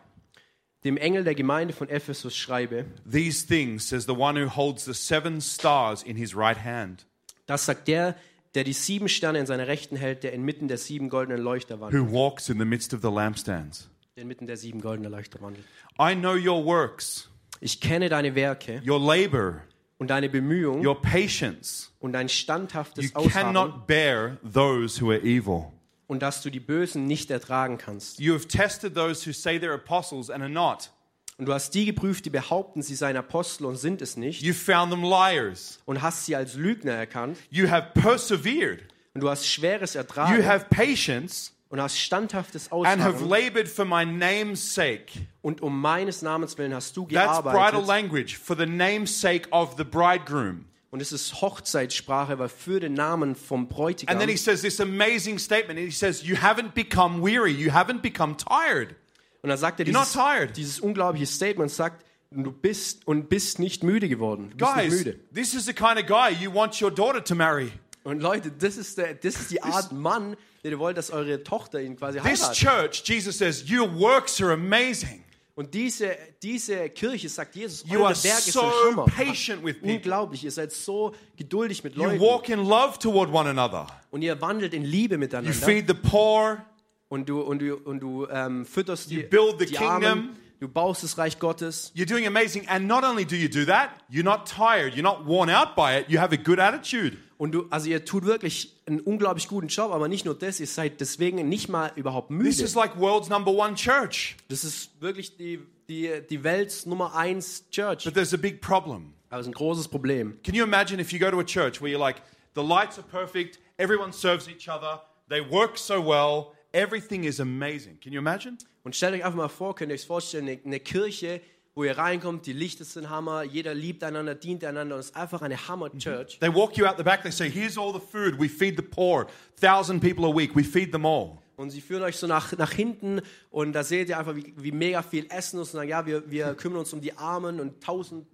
S4: Dem Engel der Gemeinde von Ephesus schreibe,
S3: These things, says the one who holds the seven stars in his right hand,
S4: das sagt der, der die sieben Sterne in seiner Rechten hält, der inmitten der sieben goldenen Leuchter
S3: who
S4: wandelt.
S3: walks in the midst of the lampstands.
S4: Der inmitten der sieben goldenen Leuchter wandelt.
S3: I know your works,
S4: Ich kenne deine Werke
S3: your labor,
S4: und deine Bemühung
S3: your patience.
S4: und dein
S3: You
S4: standhaftes Ausharren
S3: cannot bear those who are evil.
S4: und dass du die Bösen nicht ertragen kannst.
S3: You have tested those who say they're apostles and are not.
S4: Und du hast die geprüft, die behaupten, sie seien Apostel und sind es nicht
S3: You found them liars.
S4: und hast sie als Lügner erkannt
S3: You have persevered.
S4: und du hast Schweres
S3: You
S4: ertragen
S3: have patience
S4: und hast standhaftes
S3: and have
S4: Ausharren
S3: labored for my name's sake.
S4: und um meines Namens willen hast du
S3: That's bridal
S4: gearbeitet
S3: language for the name's sake of the bridegroom.
S4: und es ist Hochzeitssprache, weil für den Namen vom Bräutigam
S3: And then he says this amazing statement. And he says, You haven't become weary. You haven't become tired.
S4: und dann sagt er
S3: You're not
S4: dieses,
S3: tired.
S4: dieses unglaubliche Statement sagt du bist und bist nicht müde geworden. Du bist nicht
S3: Guys,
S4: müde.
S3: this is the kind of guy you want your daughter to marry.
S4: Und Leute, das ist, der, das ist die Art Mann, der ihr wollt, dass eure Tochter ihn quasi
S3: This
S4: heiratet.
S3: church, Jesus says, Your works are amazing.
S4: Und diese, diese Kirche sagt Jesus,
S3: You
S4: eure
S3: are
S4: Werke
S3: so
S4: sind Hammer.
S3: patient with people.
S4: Unglaublich, ihr seid so geduldig mit
S3: You
S4: Leuten
S3: walk in love toward one another.
S4: und ihr wandelt in Liebe
S3: You
S4: miteinander
S3: feed the poor.
S4: und du und du und du ähm, fütterst die,
S3: You build the
S4: die
S3: kingdom.
S4: Armen, du baust das Reich Gottes
S3: You're doing amazing. And not only do you do that, you're not tired. You're not worn out by it. You have a good attitude.
S4: und du also ihr tut wirklich einen unglaublich guten Job, aber nicht nur das, ihr seid deswegen nicht mal überhaupt
S3: This
S4: müde.
S3: is like world's number one church.
S4: Das ist wirklich die die die Welts Nummer 1 Church.
S3: But there's a big problem.
S4: Aber es ist ein großes Problem.
S3: Can you imagine if you go to a church where you're like, the lights are perfect, everyone serves each other, they work so well, everything is amazing. Can you imagine?
S4: Und stellt euch einfach mal vor, könnt ihr euch vorstellen, eine, eine Kirche, wo ihr reinkommt, die Lichter sind Hammer, jeder liebt einander, dient einander und es ist einfach eine Hammer-Church.
S3: They walk you out the back, they say, here's all the food, we feed the poor, thousand people a week, we feed them all.
S4: Und sie führen euch so nach, nach hinten und da seht ihr einfach, wie, wie mega viel Essen ist und sagen, ja, wir, wir kümmern uns um die Armen und tausend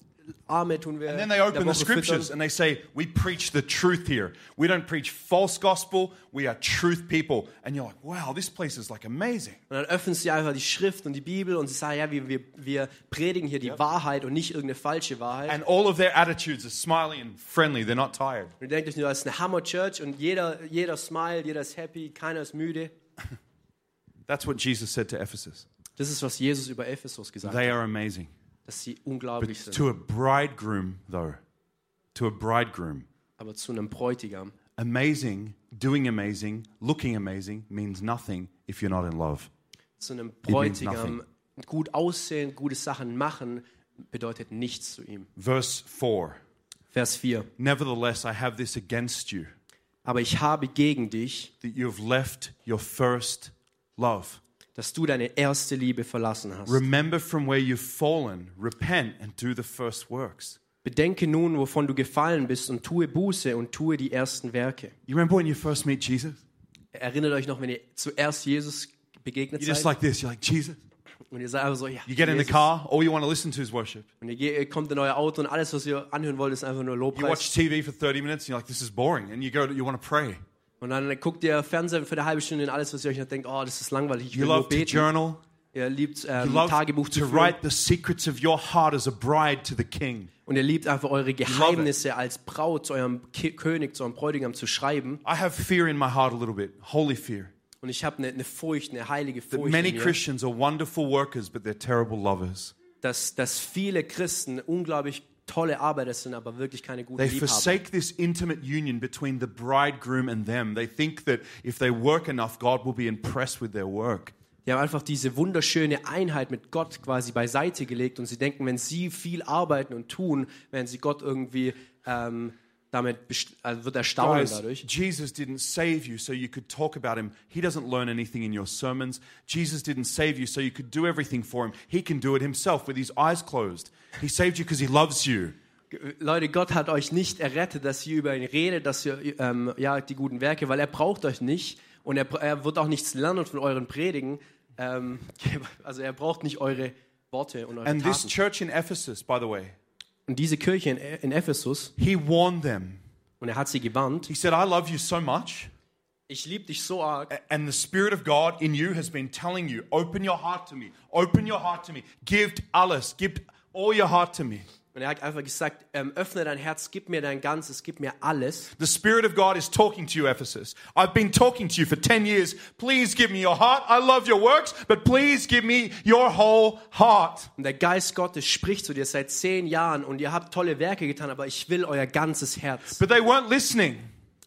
S4: Arme tun wir.
S3: And then they
S4: in
S3: open the
S4: der Woche füttern.
S3: scriptures and they say, We preach the truth here. We don't preach false gospel. We are truth people. And you're like, Wow, this place is like amazing.
S4: Und dann öffnen sie einfach die Schrift und die Bibel und sie sagen, ja, wir, wir, wir predigen hier die Wahrheit und nicht irgendeine falsche Wahrheit.
S3: And all of their attitudes are smiley and friendly. They're not tired.
S4: und ihr denkt euch nur, das ist eine Hammer-Church und jeder, jeder smiled, jeder ist happy, keiner ist müde.
S3: That's what Jesus said to Ephesus.
S4: Das ist, was Jesus über Ephesus gesagt hat.
S3: They are amazing.
S4: dass sie unglaublich sind.
S3: To a bridegroom, though, to a bridegroom,
S4: Aber zu einem Bräutigam.
S3: amazing, doing amazing, looking amazing means nothing if you're not in love.
S4: Zu einem
S3: means
S4: Bräutigam. Gut aussehen, gute Sachen machen, bedeutet nichts zu ihm.
S3: Verse 4
S4: Vers 4.
S3: Nevertheless, I have this against you,
S4: Aber ich habe gegen dich,
S3: that you have left your first love.
S4: dass du deine erste Liebe verlassen hast.
S3: Remember from where you've fallen, repent, and do the first works.
S4: Bedenke nun, wovon du gefallen bist und tue Buße und tue die ersten Werke.
S3: You remember when you first meet Jesus?
S4: Erinnert euch noch, wenn ihr zuerst Jesus begegnet
S3: You're just
S4: seid
S3: like this. You're like, Jesus,
S4: Und ihr seid einfach so, ja.
S3: You get in the
S4: Jesus.
S3: car, all you want to listen to is worship.
S4: Und ihr, geht, ihr kommt in euer Auto und alles, was ihr anhören wollt, ist einfach nur
S3: You watch
S4: Lobpreis.
S3: TV for 30 minutes and you're like, this is boring. And you go, to- you want to pray.
S4: Und dann guckt ihr Fernsehen für eine halbe Stunde und alles, was ihr euch noch denkt, oh, das ist langweilig, ich
S3: You
S4: will nur
S3: love to
S4: beten.
S3: journal.
S4: Ihr liebt
S3: You
S4: ähm,
S3: love
S4: Tagebuch
S3: to
S4: zu führen.
S3: write the secrets of your heart as a bride to the king.
S4: Und ihr liebt einfach eure Geheimnisse als Braut zu eurem Ki König, zu eurem Bräutigam zu schreiben.
S3: I have fear in my heart a little bit, holy fear.
S4: Und ich habe eine eine Furcht, eine heilige
S3: That
S4: Furcht,
S3: many
S4: in mir,
S3: Christians are wonderful workers, but they're terrible lovers.
S4: dass, dass viele Christen unglaublich tolle Arbeiter sind, aber wirklich keine guten
S3: They
S4: Liebhaber.
S3: forsake this intimate union between the bridegroom and them. They think that if they work enough, God will be impressed with their work.
S4: Die haben einfach diese wunderschöne Einheit mit Gott quasi beiseite gelegt und sie denken, wenn sie viel arbeiten und tun, werden sie Gott irgendwie ähm, damit best- also wird erstaunen
S3: Guys,
S4: dadurch.
S3: Jesus didn't save you so you could talk about him. He doesn't learn anything in your sermons. Jesus didn't save you so you could do everything for him. He can do it himself with his eyes closed. He saved you because he loves you.
S4: Leute, Gott hat euch nicht errettet, dass ihr über ihn redet, dass ihr ähm, ja, die guten Werke, weil er braucht euch nicht und er, er wird auch nichts lernen von euren Predigen. Ähm, also er braucht nicht eure Worte und eure
S3: And this
S4: Taten.
S3: church in Ephesus, by the way,
S4: Und diese Kirche in, in Ephesus,
S3: he warned them.
S4: und er hat sie gewarnt,
S3: He said, I love you so much.
S4: ich liebe dich so arg
S3: And the Spirit of God in you has been telling you, open your heart to me, open your heart to me, give alles, give all your heart to me.
S4: und er hat einfach gesagt, ähm, öffne dein Herz, gib mir dein Ganzes, gib mir alles.
S3: The Spirit of God is talking to you, Ephesus. I've been talking to you for 10 years. Please give me your heart. I love your works, but please give me your whole heart.
S4: Und der Geist Gottes spricht zu dir seit zehn Jahren und ihr habt tolle Werke getan, aber ich will euer ganzes Herz.
S3: But they weren't listening.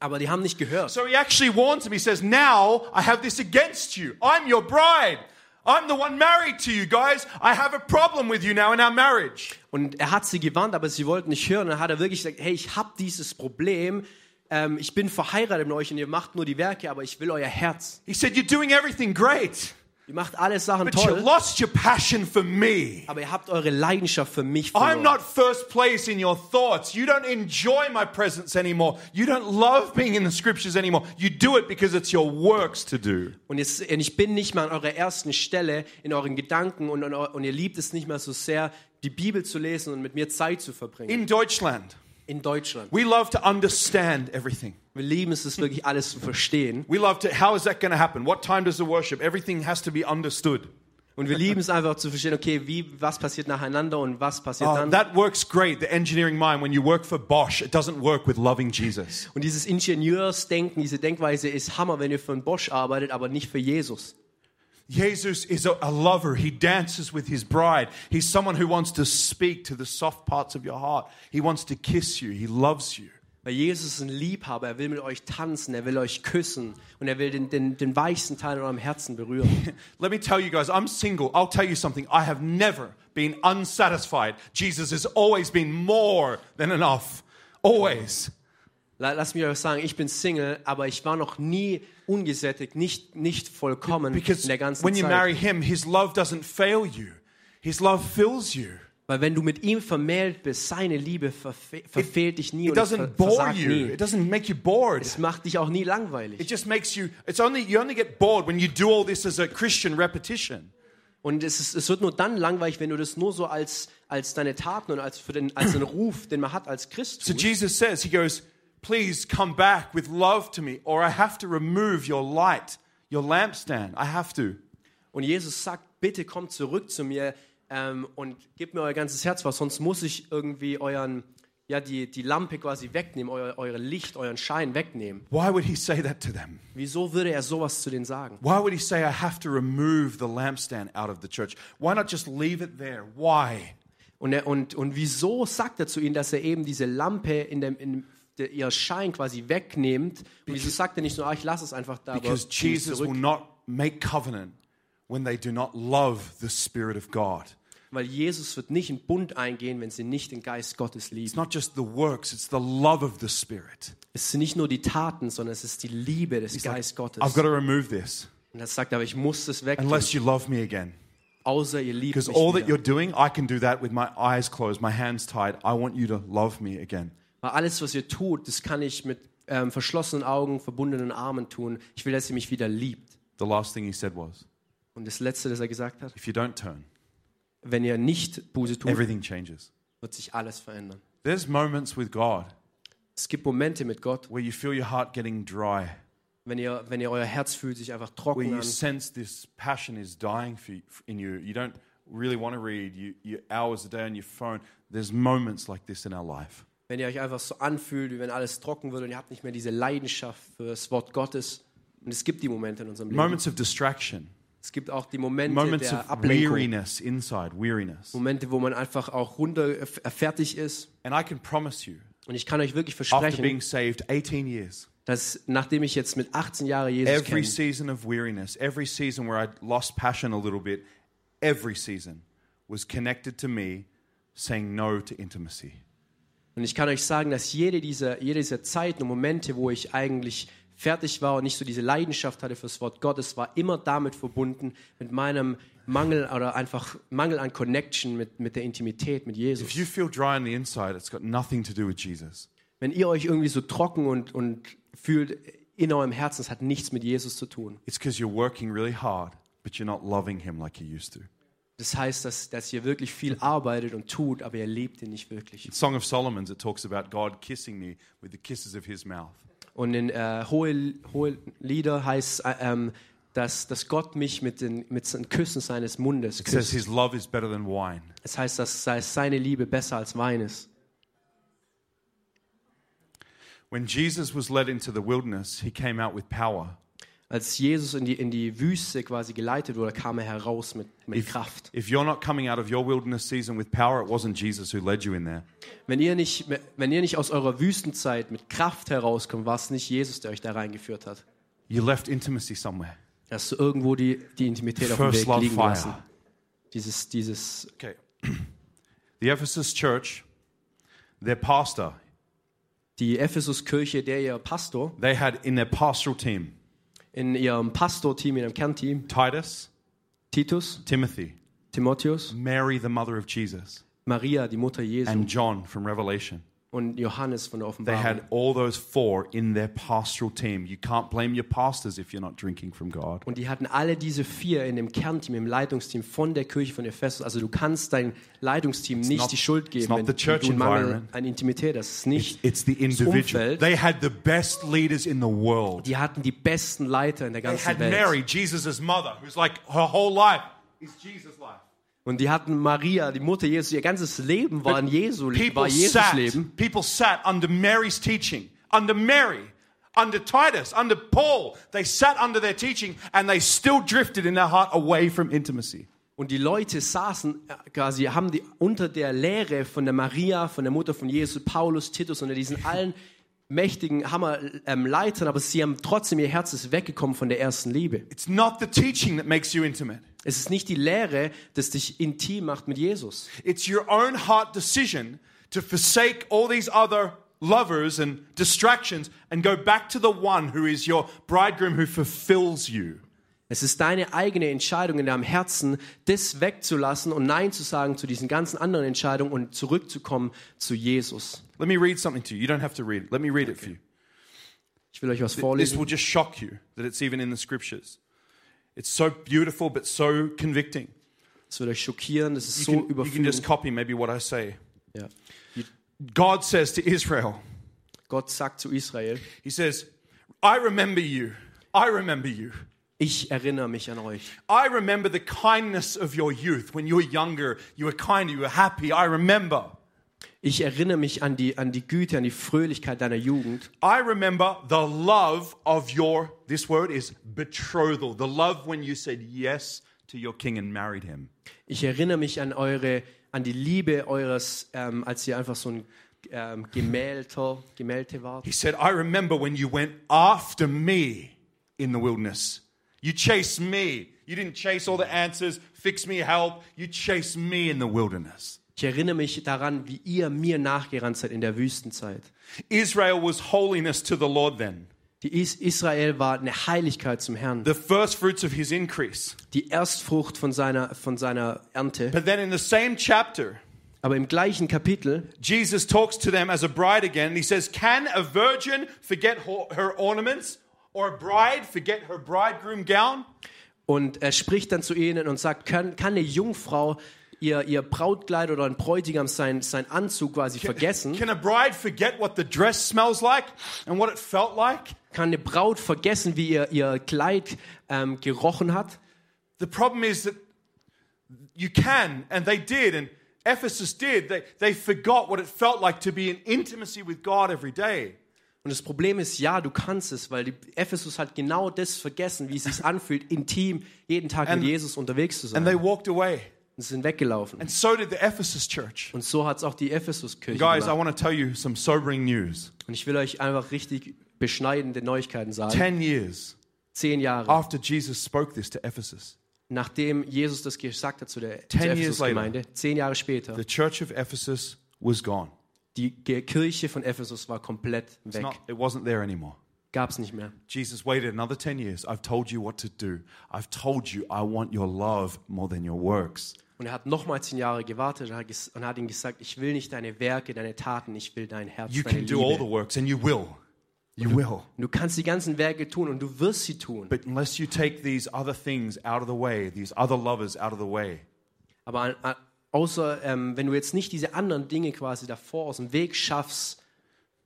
S4: Aber die haben nicht gehört.
S3: So he actually warns him. He says, Now I have this against you. I'm your bride. I'm the one married to you, guys. I have a problem with you now in our marriage.
S4: Und er hat sie gewarnt, aber sie wollten nicht hören. Dann hat er wirklich gesagt, hey, ich habe dieses Problem. Ähm, ich bin verheiratet mit euch und ihr macht nur die Werke, aber ich will euer Herz.
S3: He said, You're doing everything great,
S4: Ihr macht alle Sachen
S3: but you
S4: toll,
S3: lost your passion for me.
S4: aber ihr habt eure Leidenschaft für
S3: I'm
S4: mich verloren.
S3: not first place in your thoughts. You don't enjoy my presence anymore. You don't love being in the scriptures anymore. You do it because it's your works to do.
S4: Und, jetzt, und ich bin nicht mehr an eurer ersten Stelle in euren Gedanken und, und, und ihr liebt es nicht mehr so sehr, die Bibel zu lesen und mit mir Zeit zu verbringen.
S3: In Deutschland,
S4: In Deutschland.
S3: we love to understand everything.
S4: Wir lieben es, es wirklich alles zu verstehen.
S3: We love to, how is that going to happen? What time does the worship? Everything has to be understood.
S4: Und wir lieben es einfach zu verstehen, okay, wie, was passiert nacheinander und was passiert
S3: Oh,
S4: dann.
S3: that works great, the engineering mind. When you work for Bosch, it doesn't work with loving Jesus.
S4: Und dieses Ingenieursdenken, diese Denkweise ist Hammer, wenn ihr für einen Bosch arbeitet, aber nicht für Jesus.
S3: Jesus is a, a lover. He dances with his bride. He's someone who wants to speak to the soft parts of your heart. He wants to kiss you. He loves you.
S4: Weil Jesus ist ein Liebhaber, er will mit euch tanzen, er will euch küssen und er will den, den, den weichsten Teil in eurem Herzen berühren.
S3: Let me tell you guys, I'm single. I'll tell you something. I have never been unsatisfied. Jesus has always been more than enough. Always.
S4: La- Lasst mich euch sagen, ich bin Single, aber ich war noch nie ungesättigt, nicht, nicht vollkommen
S3: Because
S4: in der ganzen
S3: when you
S4: Zeit.
S3: marry him, his love doesn't fail you, his love fills you.
S4: Weil wenn du mit ihm vermählt bist, seine Liebe verfe verfehlt dich nie
S3: It
S4: und es ver
S3: doesn't bore
S4: versagt
S3: you,
S4: nie.
S3: it doesn't make you bored.
S4: Es macht dich auch nie
S3: It
S4: langweilig.
S3: just makes you, it's only, you only get bored when you do all this as a Christian repetition.
S4: Und es, ist, es wird nur dann langweilig, wenn du das nur so als, als deine Taten und als, für den, als den Ruf, den man hat als Christ
S3: So
S4: tust.
S3: Jesus says, He goes, Please come back with love to me, or I have to remove your light, your lampstand. I have to.
S4: Und Jesus sagt, bitte kommt zurück zu mir ähm, und gebt mir euer ganzes Herz, weil sonst muss ich irgendwie euren, ja, die, die Lampe quasi wegnehmen, euer, euer Licht, euren Schein wegnehmen.
S3: Why would He say that to them?
S4: Wieso würde er sowas zu denen sagen?
S3: Why would he say, I have to remove the lampstand out of the church? Why not just leave it there? Why?
S4: Und, er, und, und wieso sagt er zu ihnen, dass er eben diese Lampe in dem, in der, ihr Schein quasi wegnimmt? Und wieso sagt er nicht nur, ah, ich lasse es einfach da, aber
S3: Because
S4: zieh es
S3: Jesus
S4: zurück?
S3: will not make covenant when they do not love the Spirit of God.
S4: Weil Jesus wird nicht in Bund eingehen, wenn sie nicht den Geist Gottes
S3: It's
S4: lieben.
S3: not just the works, it's the love of the Spirit.
S4: Es sind nicht nur die Taten, sondern es ist die Liebe des
S3: like,
S4: Geistes Gottes.
S3: I've got to remove this
S4: Und er sagt, aber ich muss das weg,
S3: unless you love me again.
S4: außer ihr liebt mich
S3: Because all that you're
S4: wieder.
S3: doing, I can do that with my eyes closed, my hands tied. I want you to love me again.
S4: Weil alles, was ihr tut, das kann ich mit ähm, verschlossenen Augen, verbundenen Armen tun. Ich will, dass ihr mich wieder liebt.
S3: The last thing he said was,
S4: Und das Letzte, das er gesagt hat,
S3: If you don't turn,
S4: wenn ihr nicht Buße tut,
S3: everything changes.
S4: wird sich alles verändern.
S3: There's moments with God
S4: Es gibt Momente mit Gott,
S3: where you feel your heart getting dry,
S4: wenn ihr, wenn ihr euer Herz fühlt, sich einfach
S3: where
S4: trocken
S3: you
S4: an.
S3: sense this passion is dying for you, in you. You don't really want to read. You, you hours a day on your phone. There's moments like this in our life.
S4: Wenn ihr euch einfach so anfühlt, wie wenn alles trocken wird und ihr habt nicht mehr diese Leidenschaft für das Wort Gottes. Und es gibt die Momente in unserem Leben.
S3: Moments of distraction.
S4: Es gibt auch die Momente
S3: Moments
S4: der
S3: of
S4: Ablenkung.
S3: weariness inside, weariness.
S4: Momente, wo man einfach auch runter äh, fertig ist.
S3: And I can promise you,
S4: Und ich kann euch wirklich
S3: after being
S4: versprechen,
S3: saved 18 years,
S4: dass nachdem ich jetzt mit 18 Jahren Jesus
S3: every
S4: kenne,
S3: season of weariness, every season where I lost passion a little bit, every season was connected to me saying no to intimacy.
S4: und ich kann euch sagen, dass jede dieser, jede dieser Zeiten und Momente, wo ich eigentlich fertig war und nicht so diese Leidenschaft hatte fürs Wort Gottes, war immer damit verbunden mit meinem Mangel oder einfach Mangel an Connection mit, mit der Intimität mit
S3: If you
S4: Jesus.
S3: feel dry on the inside, it's got nothing to do with Jesus.
S4: Wenn ihr euch irgendwie so trocken und, und fühlt in eurem Herzen, es hat nichts mit Jesus zu tun.
S3: It's because you're working really hard, but you're not loving Him like you used to.
S4: Das heißt, dass, dass ihr wirklich viel arbeitet und tut, aber ihr lebt ihn nicht wirklich.
S3: Song of Solomon's, it talks about God kissing me with the kisses of His mouth.
S4: Und in äh, hohe, hohe Lieder heißt äh, ähm, dass, dass Gott mich mit den, mit den Küssen seines Mundes
S3: It says
S4: küsst.
S3: His love is better than wine.
S4: Es heißt, dass sei- seine Liebe besser als Wein ist.
S3: When Jesus was led into the wilderness, He came out with power.
S4: Als Jesus in die, in die Wüste quasi geleitet wurde, kam er heraus mit, mit
S3: If,
S4: Kraft.
S3: if you're not coming out of your wilderness season with power, it wasn't Jesus who led you in there.
S4: Wenn ihr, nicht, wenn ihr nicht aus eurer Wüstenzeit mit Kraft herauskommt, war es nicht Jesus, der euch da reingeführt hat.
S3: You left intimacy somewhere.
S4: Er hast du irgendwo die, die Intimität auf dem
S3: First
S4: Weg
S3: love
S4: liegen lassen.
S3: fire.
S4: Dieses, dieses
S3: Okay. The Ephesus church, their pastor,
S4: Die Ephesus-Kirche, der ihr Pastor,
S3: they had in their pastoral team
S4: in ihrem Pastorteam, in ihrem Kernteam,
S3: Titus,
S4: Titus,
S3: Timothy,
S4: Timotheus,
S3: Mary, the mother of Jesus,
S4: Maria, die Mutter Jesu
S3: and John from Revelation.
S4: und Johannes von der
S3: They
S4: Offenbarung.
S3: had all those four in their pastoral team. You can't blame your pastors if you're not drinking from God.
S4: Und die hatten alle diese vier in dem Kernteam, im Leitungsteam von der Kirche von Ephesus. Also du kannst dein Leitungsteam nicht
S3: not-
S4: die Schuld
S3: it's
S4: geben,
S3: not
S4: wenn
S3: the
S4: du
S3: church
S4: einen Mangel
S3: environment.
S4: an Intimität hast. Es
S3: It's,
S4: ist nicht
S3: it's the
S4: das
S3: individual.
S4: Umfeld.
S3: They had the best leaders in the world.
S4: Die hatten die besten Leiter in der
S3: They
S4: ganzen
S3: had
S4: Welt.
S3: Mary, Jesus' mother, who's like her whole life is Jesus' life.
S4: Und die hatten Maria, die Mutter Jesu. Ihr ganzes Leben war, in Jesu, war
S3: People
S4: Jesus
S3: sat,
S4: Leben.
S3: people sat under Mary's teaching, under Mary, under Titus, under Paul. They sat under their teaching and they still drifted in their heart away from intimacy.
S4: Und die Leute saßen äh, quasi, haben die unter der Lehre von der Maria, von der Mutter von Jesus, Paulus, Titus, unter diesen allen mächtigen Hammer ähm, Leitern, aber sie haben trotzdem ihr Herz ist weggekommen von der ersten Liebe.
S3: It's not the teaching that makes you intimate.
S4: Es ist nicht die Lehre, das dich intim macht mit Jesus.
S3: It's your own heart decision to forsake all these other lovers and distractions and go back to the one who is your bridegroom who fulfills you.
S4: Es ist deine eigene Entscheidung in deinem Herzen, das wegzulassen und Nein zu sagen zu diesen ganzen anderen Entscheidungen und zurückzukommen zu Jesus.
S3: Let me read something to you. You don't have to read it. Let me read it for you.
S4: Ich will euch was
S3: This
S4: vorlesen.
S3: will just shock you that it's even in the scriptures. It's so beautiful, but so convicting.
S4: Das wird euch schockieren. Das ist
S3: You
S4: so
S3: can, you can
S4: überführend.
S3: just copy maybe what I say.
S4: Ja.
S3: God says to Israel,
S4: Gott sagt zu Israel,
S3: He says, I remember you. I remember you.
S4: Ich erinnere mich an euch.
S3: I remember the kindness of your youth. When you were younger, you were kind, you were happy. I remember.
S4: Ich erinnere mich an die, an die Güte, an die Fröhlichkeit deiner Jugend.
S3: I remember the love of your, this word is betrothal, the love when you said yes to your king and married him.
S4: Ich erinnere mich an eure, an die Liebe eures, ähm, als ihr einfach so ein ähm, Gemälter, Gemälde wart.
S3: He said, I remember when you went after me in the wilderness. You chased me. You didn't chase all the answers, fix me, help. You chased me in the wilderness.
S4: Ich erinnere mich daran, wie ihr mir nachgerannt seid in der Wüstenzeit.
S3: Israel was holiness to the Lord then,
S4: Die Is Israel war eine Heiligkeit zum Herrn,
S3: the first fruits of his increase.
S4: die Erstfrucht von seiner, von seiner Ernte.
S3: But then in the same chapter,
S4: Aber im gleichen Kapitel
S3: Jesus talks to them as a bride again, and he says, Can a virgin forget her her ornaments or a bride forget her bridegroom gown?
S4: und er spricht dann zu ihnen und sagt, kann, kann eine Jungfrau ihr, ihr Brautkleid oder ein Bräutigam sein, sein Anzug quasi vergessen?
S3: Can a bride forget what the dress smells like and what it felt like?
S4: Kann eine Braut vergessen, wie ihr, ihr Kleid ähm, gerochen hat?
S3: The problem is that you can, and they did, and Ephesus did. They, they forgot what it felt like to be in intimacy with God every day.
S4: Und das Problem ist, ja, du kannst es, weil die Ephesus hat genau das vergessen, wie es sich anfühlt, intim jeden Tag
S3: And-
S4: mit Jesus unterwegs zu sein.
S3: And they walked away.
S4: und sind weggelaufen.
S3: And so did the Ephesus church.
S4: Und so hat es auch die Ephesus-Kirche
S3: Guys, I
S4: gemacht.
S3: want to tell you some sobering news.
S4: Und ich will euch einfach richtig beschneidende Neuigkeiten sagen.
S3: Ten years
S4: Zehn Jahre,
S3: after Jesus spoke this to Ephesus,
S4: nachdem Jesus das gesagt hat zu der
S3: Ten
S4: zur
S3: years
S4: Ephesus-Gemeinde, zehn Jahre später,
S3: the church of Ephesus was gone.
S4: die Ge- Kirche von Ephesus war komplett
S3: It's
S4: weg.
S3: not, it wasn't there anymore.
S4: Gab es nicht mehr.
S3: Jesus waited another 10 years. I've told you what to do. I've told you I want your love more than your works.
S4: Und er hat nochmal zehn Jahre gewartet und hat, ges- und hat ihm gesagt, ich will nicht deine Werke, deine Taten, ich will dein Herz,
S3: You
S4: deine
S3: can do all the
S4: Liebe.
S3: works, and you will. You will.
S4: Und du kannst die ganzen Werke tun und du wirst sie tun.
S3: But unless you take these other things out of the way, these other lovers out of the way,
S4: Aber an- an- außer, ähm, wenn du jetzt nicht diese anderen Dinge quasi davor aus dem Weg schaffst,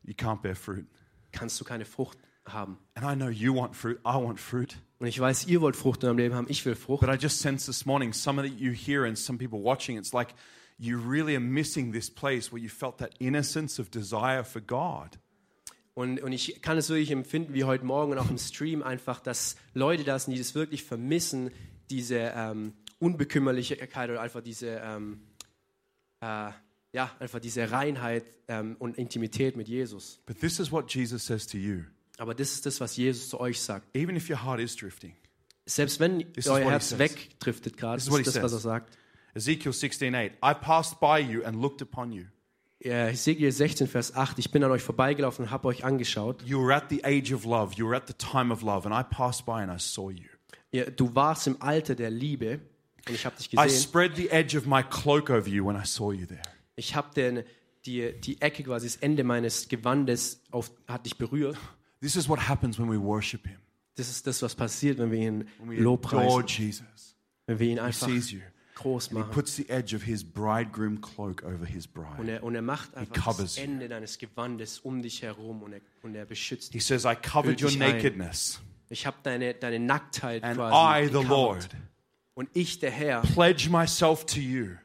S3: you can't bear fruit.
S4: kannst du keine Frucht haben.
S3: And I know you want fruit. I want fruit.
S4: Und ich weiß, ihr wollt Frucht in eurem Leben haben, ich will Frucht.
S3: But I just sense this morning, some of that you hear and some people watching, it's like you really are missing this place where you felt that innocence of desire for God.
S4: Und, und ich kann es wirklich empfinden, wie heute Morgen und auch im Stream einfach, dass Leute da sind, die das wirklich vermissen, diese ähm, Unbekümmerlichkeit oder einfach diese, ähm, äh, ja, einfach diese Reinheit ähm, und Intimität mit Jesus.
S3: But this is what Jesus says to you.
S4: Aber das ist das, was Jesus zu euch sagt.
S3: Even if your heart is drifting,
S4: Selbst wenn
S3: This is
S4: euer
S3: what he
S4: Herz
S3: says.
S4: wegdriftet gerade,
S3: This is
S4: das
S3: what
S4: ist
S3: he
S4: das, was er
S3: says.
S4: sagt.
S3: Ezekiel 16:8, I passed by you and looked upon you.
S4: Ja, Hesekiel 16, Vers 8, ich bin an euch vorbeigelaufen und habe euch angeschaut.
S3: You were at the age of love, you were at the time of love, and I passed by and I saw you.
S4: Ihr, du warst im Alter der Liebe und ich habe dich
S3: I
S4: gesehen.
S3: spread the edge of my cloak over you when I saw you there.
S4: Ich habe denn die, die Ecke quasi, das Ende meines Gewandes auf, hat dich berührt.
S3: This is what happens when we worship him.
S4: Das ist das, was passiert, wenn wir ihn
S3: When we adore
S4: lobpreisen,
S3: Jesus.
S4: wenn wir ihn
S3: He
S4: einfach
S3: sees you.
S4: groß
S3: And he
S4: machen.
S3: puts the edge of his bridegroom cloak over his
S4: Und
S3: bride.
S4: er, und er macht einfach
S3: covers
S4: das
S3: you.
S4: Ende deines Gewandes um dich herum und er, und er beschützt
S3: He
S4: dich.
S3: says, I covered
S4: Hüllt
S3: your
S4: dich ein.
S3: nakedness,
S4: Ich habe deine, deine Nacktheit
S3: and I,
S4: quasi
S3: the
S4: gecovert.
S3: Lord,
S4: Und ich, der Herr,
S3: pledge myself to you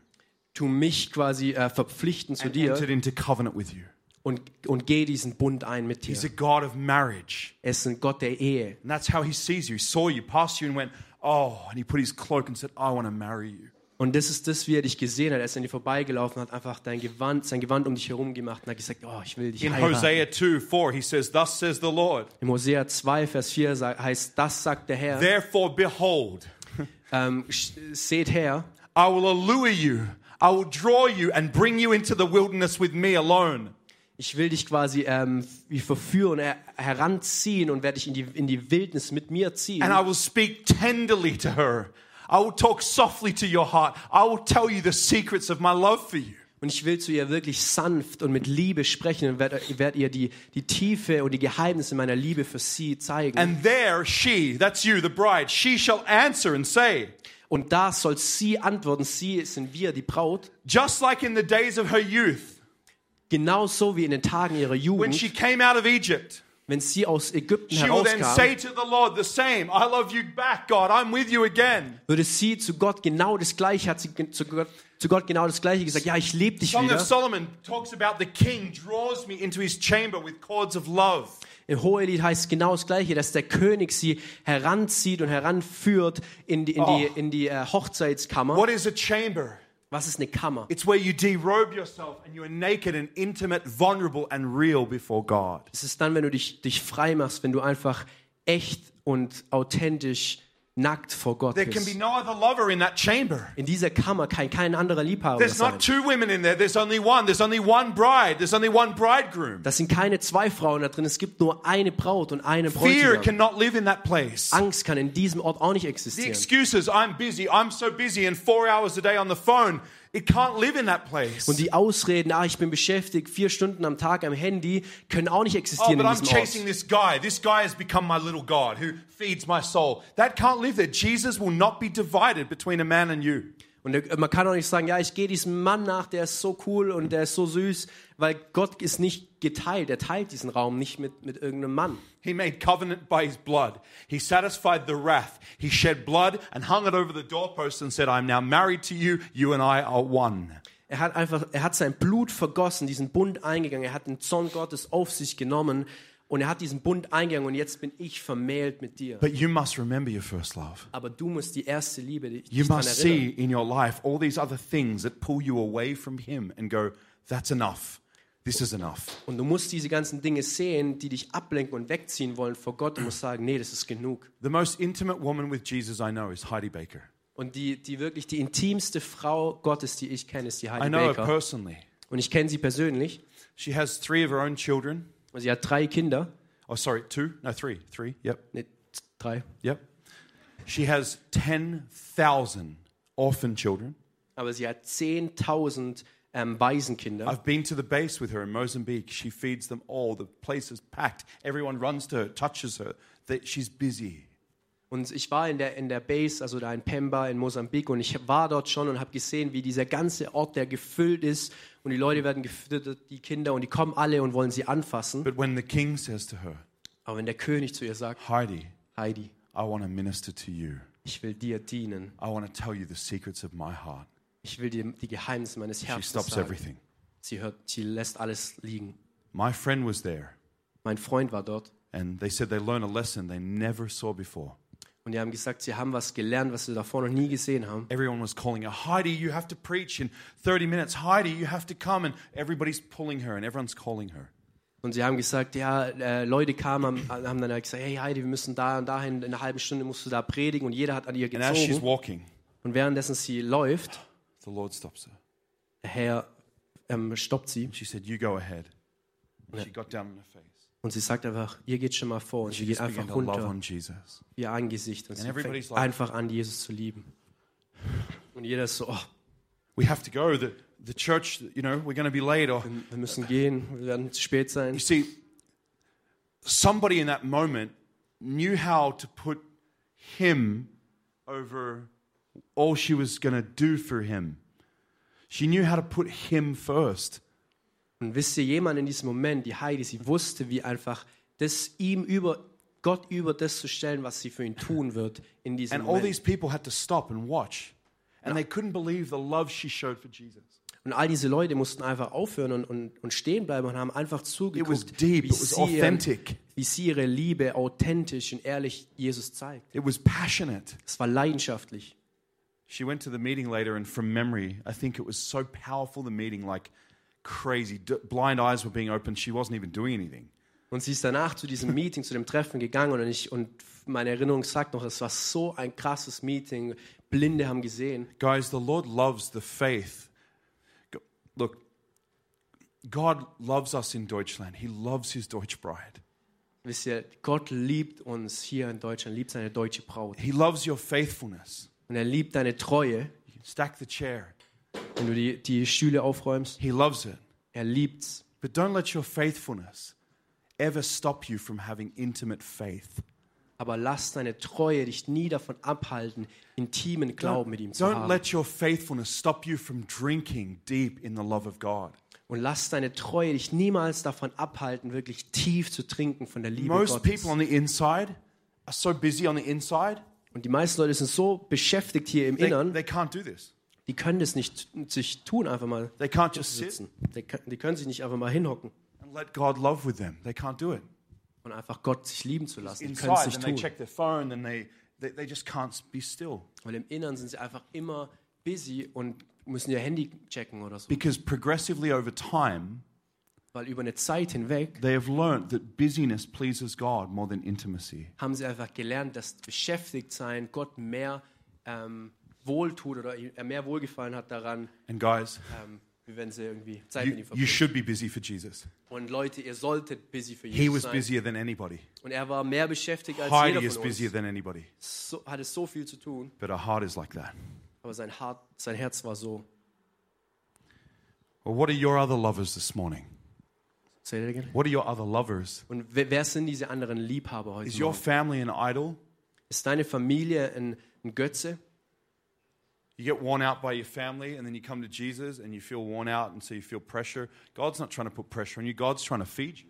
S4: tu mich quasi äh, verpflichten zu
S3: and
S4: dir
S3: entered into covenant with you.
S4: und, und geh diesen Bund ein mit dir.
S3: He's a God of marriage.
S4: Er ist ein Gott der Ehe.
S3: And that's how he sees you. He saw you, passed you, and went, Oh, and he put his cloak and said, I want to marry you.
S4: Und das ist das, wie er dich gesehen hat. Er ist an dir vorbeigelaufen, hat einfach dein Gewand, sein Gewand um dich herum gemacht und hat gesagt, oh, ich will dich
S3: In
S4: heiraten.
S3: Hosea 2 4, he says, Thus says the Lord,
S4: Im Hosea 2, Vers 4 sa- heißt, das sagt der Herr,
S3: therefore behold,
S4: ähm, sch- seht her,
S3: I will allure you, I will draw you and bring you into the wilderness with me alone.
S4: ich will dich quasi ähm, wie verführen, her heranziehen und werde dich in die, in die Wildnis mit mir ziehen.
S3: And I will speak tenderly to her. I will talk softly to your heart. I will tell you the secrets of my love for you.
S4: Und ich will zu ihr wirklich sanft und mit Liebe sprechen und werde werd ihr die, die Tiefe und die Geheimnisse meiner Liebe für sie zeigen.
S3: And there she, that's you, the bride, she shall answer and say,
S4: und da soll sie antworten, sie sind wir, die Braut,
S3: Just like in the days of her youth,
S4: genauso wie in den Tagen ihrer
S3: when
S4: Jugend.
S3: she came out of Egypt,
S4: Wenn sie aus Ägypten
S3: She will then say
S4: herauskam,
S3: to the Lord the same, I love you back, God, I'm with you again.
S4: würde sie zu Gott genau das Gleiche, hat sie ge- zu Gott, zu Gott genau das Gleiche gesagt, ja, ich liebe dich
S3: Song of
S4: wieder.
S3: Solomon talks about the king draws me into his chamber with cords of love.
S4: Im Hohelied heißt es genau das Gleiche, dass der König sie heranzieht und heranführt in die, in die, in die äh, Hochzeitskammer.
S3: Oh. What is a chamber?
S4: Was ist eine Kammer?
S3: It's where you derobe yourself and you are naked and intimate, vulnerable and real before God.
S4: Es ist dann, wenn du dich, dich frei machst, wenn du einfach echt und authentisch nackt vor Gott
S3: There can be
S4: bist.
S3: no other lover in that chamber.
S4: In dieser Kammer kann kein anderer Liebhaber
S3: There's
S4: sein.
S3: not two women in there, there's only one. There's only one bride, there's only one bridegroom.
S4: Das sind keine zwei Frauen da drin, es gibt nur eine Braut und eine
S3: Fear
S4: Bräutigam.
S3: cannot live in that place.
S4: Angst kann in diesem Ort auch nicht
S3: The
S4: existieren.
S3: excuses, I'm busy, I'm so busy, and four hours a day on the phone It can't live in that place.
S4: Und die Ausreden, ah, ich bin beschäftigt, vier Stunden am Tag am Handy, können auch nicht
S3: Oh,
S4: existieren
S3: but
S4: in
S3: I'm
S4: diesem Ort.
S3: chasing this guy. This guy has become my little God who feeds my soul. That can't live there. Jesus will not be divided between a man and you.
S4: Und der- man kann auch nicht sagen, ja, ich gehe diesem Mann nach, der ist so cool und der ist so süß, weil Gott ist nicht geteilt. Er teilt diesen Raum nicht mit, mit irgendeinem Mann.
S3: He made covenant by his blood. He satisfied the wrath. He shed blood and hung it over the doorpost and said, I'm now married to you. You and I are one.
S4: Er hat einfach, er hat sein Blut vergossen, diesen Bund eingegangen. Er hat den Zorn Gottes auf sich genommen und er hat diesen Bund eingegangen und jetzt bin ich vermählt mit dir.
S3: But you must remember your first love.
S4: Aber du musst die erste Liebe, die
S3: You
S4: dich daran
S3: must see
S4: erinnern.
S3: in your life all these other things that pull you away from him and go, that's enough. This is enough.
S4: Und du musst diese ganzen Dinge sehen, die dich ablenken und wegziehen wollen vor Gott und musst sagen, nee, das ist genug.
S3: The most intimate woman with Jesus I know is Heidi Baker.
S4: Und die, die wirklich die intimste Frau Gottes, die ich kenne, ist die
S3: I
S4: Heidi
S3: know her
S4: Baker.
S3: personally.
S4: Und ich kenne sie persönlich.
S3: She has three of her own children.
S4: Und sie hat drei Kinder.
S3: Oh, sorry, two? No, three. Three. Yep.
S4: Nee, z- drei.
S3: Yep. She has 10,000 orphan children.
S4: Aber sie hat 10.000 ähm, Waisenkinder.
S3: I've been to the base with her in Mozambique. She feeds them all. The place is packed. Everyone runs to her, touches her. That she's busy.
S4: Und ich war in der, in der Base, also da in Pemba, in Mosambik. Und ich war dort schon und habe gesehen, wie dieser ganze Ort, der gefüllt ist. Und die Leute werden gefüttert, die Kinder. Und die kommen alle und wollen sie anfassen.
S3: But when the king says to her,
S4: Aber wenn der König zu ihr sagt,
S3: Heidi,
S4: Heidi,
S3: I want to minister to you.
S4: ich will dir dienen.
S3: I want to tell you the secrets of my heart.
S4: Ich will dir die Geheimnisse meines
S3: She
S4: Herzens
S3: stops
S4: sagen.
S3: everything.
S4: Sie, hört, sie lässt alles liegen.
S3: My friend was there,
S4: Mein Freund war dort.
S3: and they said they learned a lesson they never saw before.
S4: Und die haben gesagt, sie haben was gelernt, was sie davor noch nie gesehen haben.
S3: Everyone was calling her, Heidi, you have to preach in 30 minutes. Heidi, you have to come. And everybody's pulling her and everyone's calling her.
S4: Und sie haben gesagt, ja, äh, Leute kamen, haben, haben dann halt gesagt, hey Heidi, wir müssen da und dahin, in einer halben Stunde musst du da predigen und jeder hat an ihr
S3: And as she's
S4: gezogen.
S3: walking,
S4: Und währenddessen sie läuft,
S3: the Lord stops her.
S4: der Herr ähm, stoppt sie
S3: She said, You go ahead. And she got down on her face.
S4: und sie sagt einfach, ihr geht schon mal vor und sie
S3: She
S4: geht
S3: just began
S4: einfach
S3: to love
S4: runter,
S3: on Jesus.
S4: ihr Angesicht und sie
S3: everybody's
S4: fängt
S3: like-
S4: einfach an, Jesus zu lieben. Und jeder ist so, oh,
S3: We have to go. The, the church, you know, we're going to be late. Or
S4: wir- wir müssen gehen, wir werden zu spät
S3: You
S4: sein.
S3: see, somebody in that moment knew how to put him over all she was going to do for him. She knew how to put him first.
S4: Und wisst ihr, jemand in diesem Moment, die Heidi, sie wusste, wie einfach das ihm über, Gott über das zu stellen, was sie für ihn tun wird in diesem
S3: And all
S4: Moment.
S3: these people had to stop and watch. And they couldn't believe the love she showed for Jesus.
S4: Und all diese Leute mussten einfach aufhören und, und, und stehen bleiben und haben einfach
S3: It was
S4: zugeguckt,
S3: deep,
S4: wie,
S3: it was
S4: sie, ähm,
S3: authentic,
S4: wie sie ihre Liebe authentisch und ehrlich Jesus zeigt.
S3: it was passionate.
S4: Es war leidenschaftlich.
S3: She went to the meeting later, and from memory, I think it was so powerful the meeting, like crazy. D- blind eyes were being opened. She wasn't even doing anything.
S4: Und sie ist danach zu diesem Meeting, zu dem Treffen gegangen und, ich, und meine Erinnerung sagt noch, es war so ein krasses Meeting. Blinde haben gesehen.
S3: Guys, the Lord loves the faith. G- Look, God loves us in Deutschland. He loves his Deutsch bride.
S4: Wisst ihr, Gott liebt uns hier in Deutschland, liebt seine deutsche Braut.
S3: He loves your faithfulness.
S4: Und er liebt deine Treue,
S3: You can stack the chair.
S4: wenn du die, die Stühle aufräumst.
S3: He loves it.
S4: Er liebt's.
S3: But don't let your faithfulness ever stop you from having intimate faith.
S4: Aber lass deine Treue dich nie davon abhalten, intimen Glauben mit ihm zu
S3: Don't
S4: haben.
S3: let your faithfulness stop you from drinking deep in the love of God.
S4: Und lass deine Treue dich niemals davon abhalten, wirklich tief zu trinken von der Liebe
S3: Most
S4: Gottes.
S3: people on the inside are so busy on the inside,
S4: Und die meisten Leute sind so beschäftigt hier im
S3: they,
S4: Innern,
S3: they can't do this.
S4: die können das nicht sich tun, einfach mal
S3: They can't just sit
S4: sitzen. Die, können- die können sich nicht einfach mal hinhocken
S3: and let God love with them. They can't do it.
S4: und einfach Gott sich lieben zu lassen. Die können es
S3: inside,
S4: nicht
S3: then they
S4: tun.
S3: check their phone, then they, they, they just can't be still.
S4: Weil im Innern sind sie einfach immer busy und müssen ihr Handy checken oder so.
S3: Because progressively over time,
S4: Weil über eine Zeit hinweg
S3: they have learned that busyness pleases God more than intimacy.
S4: haben sie einfach gelernt, dass beschäftigt sein Gott mehr ähm, wohltut oder er mehr Wohlgefallen hat daran,
S3: And guys,
S4: ähm, wie wenn sie irgendwie Zeit
S3: you,
S4: mit ihm
S3: you
S4: verbringen.
S3: should be busy for Jesus.
S4: Und Leute, ihr solltet busy für
S3: He
S4: Jesus
S3: was
S4: sein.
S3: busier than anybody.
S4: Und er war mehr beschäftigt als
S3: Heidi
S4: jeder
S3: is
S4: von
S3: busier
S4: uns.
S3: than anybody.
S4: So, hatte so viel zu tun,
S3: But our heart is like that.
S4: aber sein, Hart, sein Herz war so.
S3: Well, what are your other lovers this morning?
S4: Say that again.
S3: What are your other lovers?
S4: Und wer, wer sind diese anderen Liebhaber heute?
S3: Is your
S4: Morgen?
S3: family an idol?
S4: Ist deine Familie ein, ein Götze?
S3: You get worn out by your family, and then you come to Jesus and you feel worn out, and so you feel pressure. God's not trying to put pressure on you, God's trying to feed you.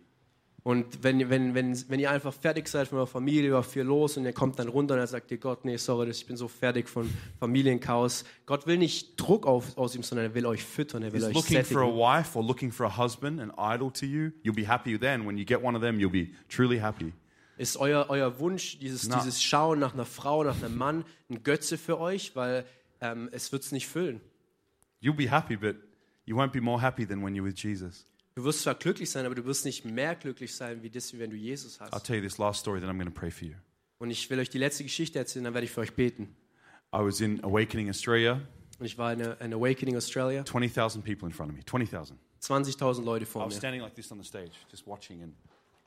S4: Und wenn, wenn, wenn, wenn ihr einfach fertig seid von eurer Familie, war viel los und ihr kommt dann runter und dann sagt ihr Gott, nee, sorry, ich bin so fertig von Familienchaos. Gott will nicht Druck auf, ausüben, sondern er will euch füttern, er will
S3: Is
S4: euch
S3: looking for a
S4: sättigen.
S3: wife or looking for a husband an idol to you? You'll be happy then. When you get one of them, you'll be truly happy.
S4: Ist euer, euer Wunsch, dieses,
S3: Na.
S4: dieses Schauen nach einer Frau, nach einem Mann, ein Götze für euch? Weil ähm, es wird es nicht füllen.
S3: You'll be happy, but you won't be more happy than when you're with Jesus.
S4: Du wirst zwar glücklich sein, aber du wirst nicht mehr glücklich sein, wie das, wie wenn du Jesus
S3: I'll
S4: hast.
S3: tell you this last story, then I'm going to pray for you.
S4: Und ich will euch die letzte Geschichte erzählen, dann werde ich für euch beten.
S3: I was in Awakening Australia,
S4: Und ich war in, in Awakening Australia,
S3: 20,000 people in front of me, 20,000.
S4: 20.000 Leute
S3: I
S4: vor
S3: was
S4: mir.
S3: standing like this on the stage, just watching and,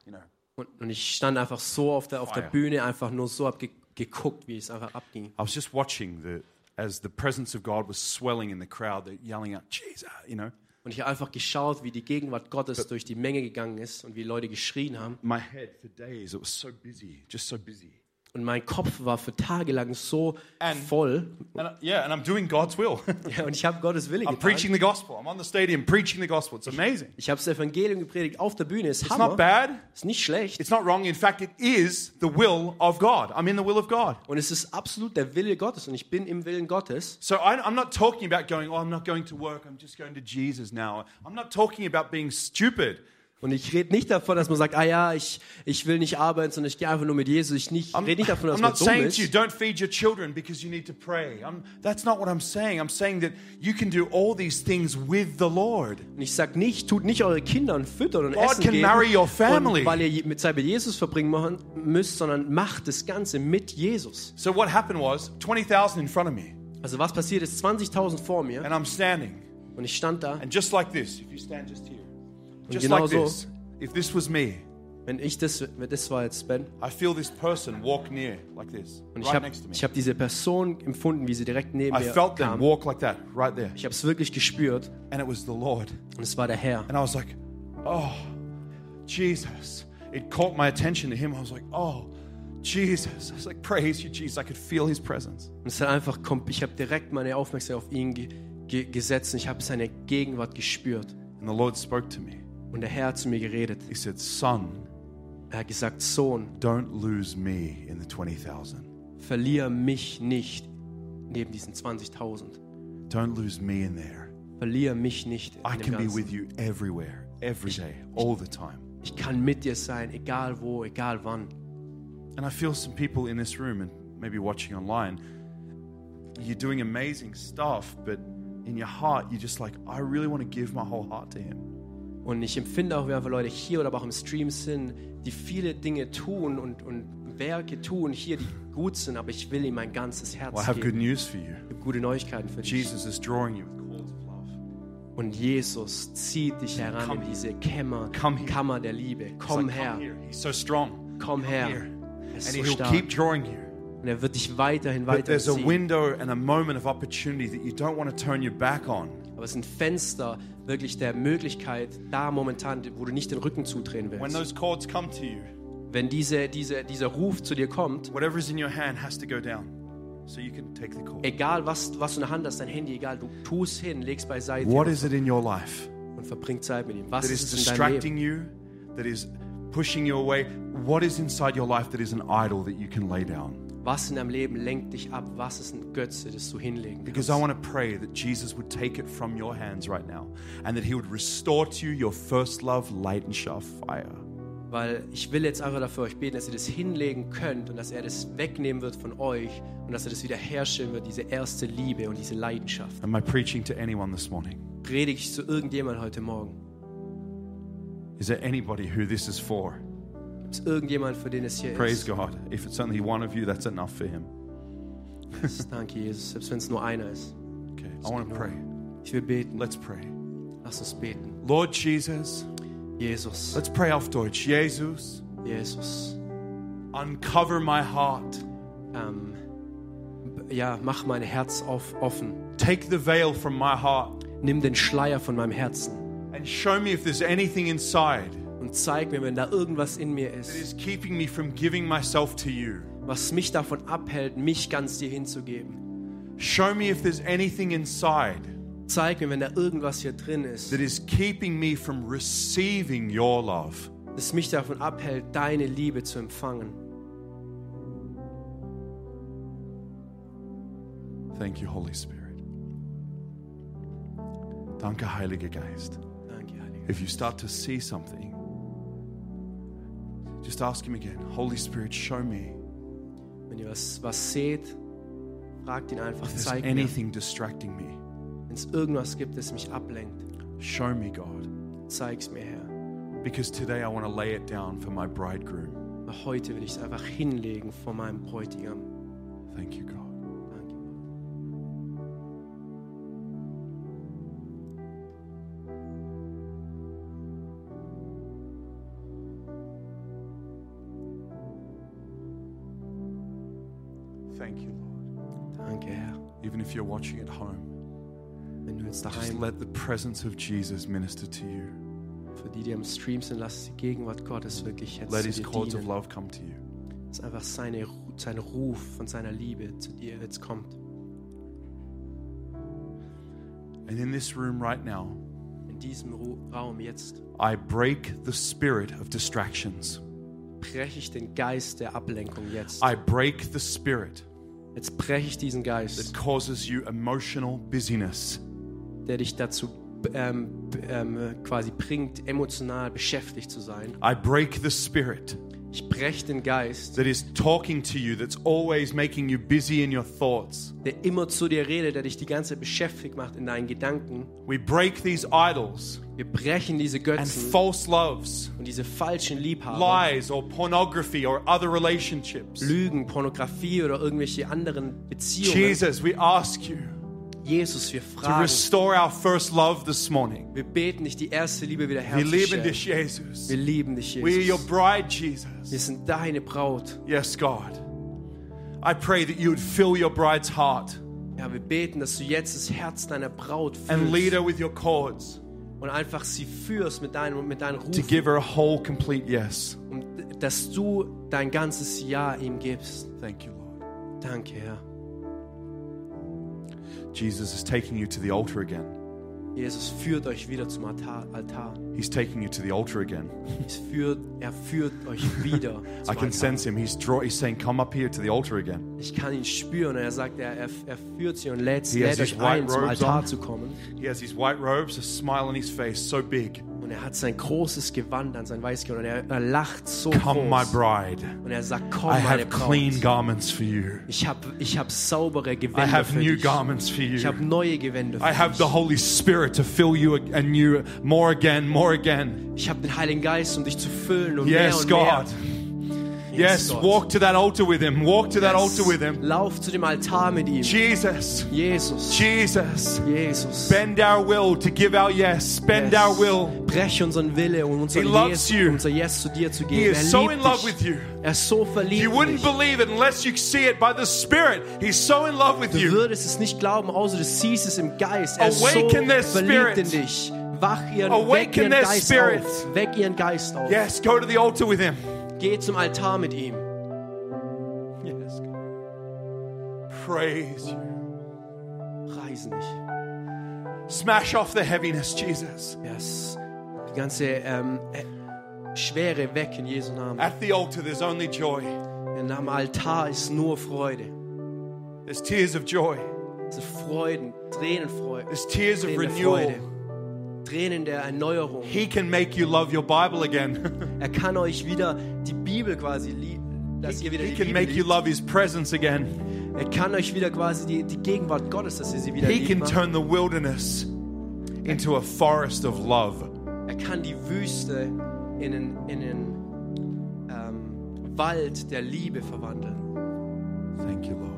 S3: you know.
S4: Und, und ich stand einfach so auf der, auf der
S3: Feuer.
S4: Bühne, einfach nur so abgeguckt, wie es einfach abging.
S3: I was just watching the, as the presence of God was swelling in the crowd, they're yelling out, Jesus, you know.
S4: Und ich habe einfach geschaut, wie die Gegenwart Gottes durch die Menge gegangen ist und wie Leute geschrien haben.
S3: My head for days, it was so busy, just so busy.
S4: Und mein Kopf war für Tage lang so
S3: And-
S4: voll.
S3: And I, yeah, and I'm doing God's will.
S4: Ja, und ich habe Gottes Wille
S3: I'm
S4: getan.
S3: preaching the gospel. I'm on the stadium preaching the gospel. It's amazing.
S4: Ich habe das Evangelium gepredigt auf der Bühne. Ist
S3: It's
S4: Hammer.
S3: not bad.
S4: Ist nicht schlecht.
S3: It's not wrong. In fact, it is the will of God. I'm in the will of God.
S4: Und es ist absolut der Wille Gottes. Und ich bin im Willen Gottes.
S3: So I, I'm not talking about going, oh, I'm not going to work. I'm just going to Jesus now. I'm not talking about being stupid.
S4: Und ich rede nicht davon, dass man sagt, ah ja, ich, ich will nicht arbeiten, sondern ich gehe einfach nur mit Jesus. Ich nicht,
S3: I'm,
S4: rede nicht davon, dass
S3: I'm
S4: man
S3: not
S4: dumm
S3: saying to you,
S4: ist.
S3: don't feed your children because you need to pray. I'm, that's not what I'm saying. I'm saying that you can do all these things with the Lord.
S4: Und ich sage nicht, tut nicht eure Kinder und füttern und
S3: God
S4: essen
S3: can
S4: geben,
S3: marry your family.
S4: Und weil ihr je- mit Zeit mit Jesus verbringen machen müsst, sondern macht das Ganze mit Jesus.
S3: So what happened was 20,000 in front of me,
S4: Also was passiert ist, 20.000 vor mir
S3: and I'm standing.
S4: und ich stand da.
S3: And just like this, if you stand just here, just
S4: you
S3: like
S4: know, so-
S3: this, if this was me,
S4: Wenn ich das, wenn das war jetzt Ben.
S3: I feel this person walk near like this,
S4: Und ich
S3: right
S4: habe
S3: next to me.
S4: hab diese Person empfunden, wie sie direkt neben
S3: I
S4: mir
S3: felt them
S4: kam.
S3: walk like that, right there.
S4: Ich habe es wirklich gespürt
S3: And it was the Lord.
S4: und es war der Herr.
S3: And I was like, oh, Jesus. It caught my attention to him. I was like, oh, Jesus. I was like, praise you, Jesus. I could feel his presence.
S4: Und es hat einfach, kom- ich habe direkt meine Aufmerksamkeit auf ihn ge ge gesetzt und ich habe seine Gegenwart gespürt.
S3: And the Lord spoke to me.
S4: Und der Herr hat zu mir geredet.
S3: He said, son,
S4: Er hat gesagt, Sohn,
S3: don't lose me in the 20,000.
S4: verlier mich nicht neben diesen 20.000.
S3: Don't lose me in there.
S4: Verlier mich nicht in
S3: I
S4: dem
S3: can be
S4: Ganzen.
S3: with you everywhere, every day, all the time.
S4: Ich kann mit dir sein, egal wo, egal wann.
S3: And I feel some people in this room and maybe watching online, you're doing amazing stuff, but in your heart, you're just like, I really want to give my whole heart to Him.
S4: Und ich empfinde auch, wie einfach Leute hier oder aber auch im Stream sind, die viele Dinge tun und, und Werke tun hier, die gut sind, aber ich will ihm mein ganzes Herz
S3: Well, I have good
S4: geben.
S3: news for you.
S4: Ich habe gute Neuigkeiten für dich.
S3: Jesus is drawing you with cords of love.
S4: Und Jesus zieht dich heran
S3: Come
S4: in diese Kammer,
S3: Come here.
S4: Kammer der Liebe.
S3: He's like,
S4: Komm her,
S3: Come here. He's so strong.
S4: komm her.
S3: here.
S4: Er
S3: And
S4: ist so
S3: He'll
S4: stark.
S3: keep drawing you.
S4: Und er wird dich weiterhin
S3: But there's a
S4: weiterziehen.
S3: window and a moment of opportunity that you don't want to turn your back on.
S4: Aber es ist ein Fenster wirklich der Möglichkeit, da momentan, wo du nicht den Rücken zudrehen
S3: When
S4: willst.
S3: those cords come to you,
S4: Wenn diese, diese, dieser Ruf zu dir kommt,
S3: whatever's in your hand has to go down so you can take the cord.
S4: egal was, was du in der Hand hast, dein Handy, egal, du tust hin, legst beiseite
S3: What is it in your life?
S4: und verbring Zeit mit ihm. Was
S3: that is
S4: ist es in deinem
S3: distracting
S4: Leben?
S3: you, that is pushing you away? What is inside your life that is an idol that you can lay down?
S4: Was in deinem Leben lenkt dich ab? Was ist ein Götze, das du hinlegen
S3: Because
S4: kannst?
S3: I want to pray that Jesus would take it from your hands right now and that he would restore to you your first love, Leidenschaft, fire.
S4: Weil ich will jetzt einfach dafür euch beten, dass ihr das hinlegen könnt und dass er das wegnehmen wird von euch und dass er das wieder herstellen wird, diese erste Liebe und diese Leidenschaft.
S3: Am I preaching to anyone this morning?
S4: Predige ich zu irgendjemand heute Morgen?
S3: Is there anybody who this is for?
S4: Gibt es irgendjemand, für den es hier
S3: Praise
S4: ist?
S3: God. If it's only one of you, that's enough for him.
S4: Jesus, Danke, Jesus, selbst wenn es nur einer ist.
S3: Okay, I want to pray.
S4: Ich will beten.
S3: Let's pray.
S4: Lass uns beten.
S3: Lord Jesus,
S4: Jesus,
S3: let's pray auf Deutsch. Jesus,
S4: Jesus,
S3: uncover my heart.
S4: ähm, ja, mach mein Herz auf, offen.
S3: Take the veil from my heart.
S4: nimm den Schleier von meinem Herzen
S3: and show me if there's anything inside
S4: und zeig mir, wenn da irgendwas in mir
S3: that
S4: ist,
S3: is keeping me from giving myself to you.
S4: was mich davon abhält, mich ganz dir hinzugeben.
S3: Show me if there's anything inside
S4: Zeig mir, wenn da irgendwas hier drin ist,
S3: that is keeping me from receiving your love.
S4: das mich davon abhält, deine Liebe zu empfangen.
S3: Thank you, Holy Spirit. Danke, Heiliger Geist.
S4: Danke, Heiliger.
S3: If you start to see something, just ask Him again Holy Spirit, show me
S4: Wenn ihr was, was seht, fragt ihn einfach,
S3: if there's
S4: zeig mir,
S3: anything distracting me.
S4: wenn es irgendwas gibt, das mich ablenkt,
S3: Show me, God.
S4: zeig's mir, Herr.
S3: Because today I want to lay it down for my bridegroom.
S4: Aber Heute will ich es einfach hinlegen vor meinem Bräutigam.
S3: Thank you, God.
S4: Danke.
S3: Thank you, Lord.
S4: Danke, Herr.
S3: Even if you're watching at home,
S4: Wenn du jetzt
S3: just
S4: daheim
S3: let the presence of Jesus minister to you.
S4: für die, die am Stream sind, lass die Gegenwart Gottes wirklich jetzt
S3: Let
S4: zu
S3: His
S4: dir
S3: cords of
S4: dienen.
S3: love come to you.
S4: Dass einfach seine, Ru- sein Ruf von seiner Liebe zu dir jetzt kommt.
S3: And in this room right now,
S4: In diesem Ru Raum jetzt
S3: I break the spirit of distractions.
S4: breche ich den Geist der Ablenkung jetzt.
S3: I break the spirit
S4: Jetzt breche ich diesen
S3: that
S4: Geist,
S3: causes you emotional busyness.
S4: der dich dazu ähm, b- ähm, quasi bringt, emotional beschäftigt zu sein.
S3: I break the spirit
S4: Ich breche den Geist,
S3: that is talking to you, that's always making you busy in your thoughts.
S4: der immer zu dir redet, der dich die ganze Zeit beschäftigt macht in deinen Gedanken.
S3: We break these idols
S4: Wir brechen diese
S3: and
S4: Götzen
S3: false loves,
S4: und diese falschen Liebhaber.
S3: lies, or pornography, or other relationships.
S4: Lügen, Pornografie oder irgendwelche anderen Beziehungen.
S3: Jesus, we ask you
S4: Jesus, wir
S3: to
S4: fragen,
S3: restore our first love this morning.
S4: wir beten dich, die erste Liebe wieder
S3: We live in this
S4: herzustellen.
S3: Jesus.
S4: Wir lieben dich,
S3: We're your
S4: Jesus.
S3: bride,
S4: Wir
S3: Jesus.
S4: sind deine Braut.
S3: Yes, God. I pray that you would fill your bride's heart
S4: Ja, wir beten, dass du jetzt das Herz deiner Braut
S3: and lead
S4: füllst
S3: her with your cords
S4: und einfach sie führst mit deinem, mit deinem
S3: to
S4: Ruf,
S3: give her a whole, complete yes.
S4: und dass du dein ganzes Ja ihm gibst.
S3: Thank you, Lord.
S4: Danke, Herr.
S3: Jesus is taking you to the altar again.
S4: Jesus führt euch wieder zum Altar. Altar.
S3: He's taking you to the altar again.
S4: Es führt, er führt euch wieder
S3: I
S4: zum
S3: can
S4: Altar.
S3: sense him. He's draw. He's saying, "Come up here to the altar again."
S4: Ich kann ihn spüren und er sagt, er, er, er führt sie und lädt,
S3: He has
S4: lädt
S3: his
S4: euch
S3: white
S4: ein, zum
S3: robes
S4: Altar
S3: on.
S4: zu kommen.
S3: He has his white robes, a smile on his face, so big.
S4: Und er hat sein großes Gewand an sein weißes Gewand und er, er lacht so
S3: Come,
S4: groß.
S3: my bride.
S4: Und er sagt, komm,
S3: I
S4: meine
S3: have
S4: Braut.
S3: clean garments for you.
S4: Ich habe ich hab saubere
S3: I
S4: Gewänder
S3: have
S4: für
S3: new
S4: dich.
S3: garments for
S4: Ich habe
S3: you.
S4: neue Gewänder für
S3: I have
S4: dich.
S3: the Holy Spirit to fill you anew, more again, more again.
S4: ich habe den Heiligen Geist, um dich zu füllen und mehr
S3: Yes,
S4: und
S3: God.
S4: mehr.
S3: Yes,
S4: Gott.
S3: walk to that altar with him. Walk to that
S4: Yes.
S3: altar with him.
S4: Lauf zu dem Altar mit ihm.
S3: Jesus,
S4: Jesus.
S3: Jesus,
S4: Jesus.
S3: bend our will to give our yes. Bend
S4: Yes.
S3: our will.
S4: Brech unseren Wille und unser
S3: He loves
S4: yes,
S3: you.
S4: unser yes zu dir zu geben.
S3: He
S4: er
S3: is so
S4: liebt
S3: in love
S4: dich.
S3: with you.
S4: Er ist so verliebt.
S3: You
S4: in
S3: wouldn't
S4: dich.
S3: believe it unless you see it by the Spirit. He's so in love with
S4: Du
S3: you.
S4: würdest es nicht glauben, außer du siehst es im Geist. Er ist
S3: Awaken their
S4: so verliebt
S3: spirit.
S4: in dich. Wach ihren, weck
S3: Awaken
S4: ihren
S3: their
S4: Geist
S3: spirit.
S4: auf. Weck ihren Geist auf.
S3: Yes, go to the altar with him.
S4: Geh zum Altar mit ihm.
S3: Yes, God. Praise you.
S4: Preisen dich.
S3: Smash off the heaviness, Jesus.
S4: Yes. Die ganze ähm, äh, Schwere weg in Jesu Namen.
S3: At the altar, there's only joy.
S4: Denn am Altar ist nur Freude.
S3: There's tears of joy.
S4: Es ist Freuden, Tränenfreude.
S3: There's tears of
S4: Tränen der
S3: renewal.
S4: Freude. Tränen der Erneuerung.
S3: He can make you love your Bible again.
S4: Er kann euch wieder die Bibel quasi lieben. Dass ihr wieder
S3: he
S4: die
S3: can
S4: Bibel
S3: make you
S4: liebt.
S3: love His presence again.
S4: Er kann euch wieder quasi die, die Gegenwart Gottes, dass ihr sie wieder
S3: He
S4: liebt
S3: can
S4: macht.
S3: turn the wilderness into a forest of love.
S4: Er kann die Wüste in einen, in einen ähm, Wald der Liebe verwandeln.
S3: Thank you, Lord.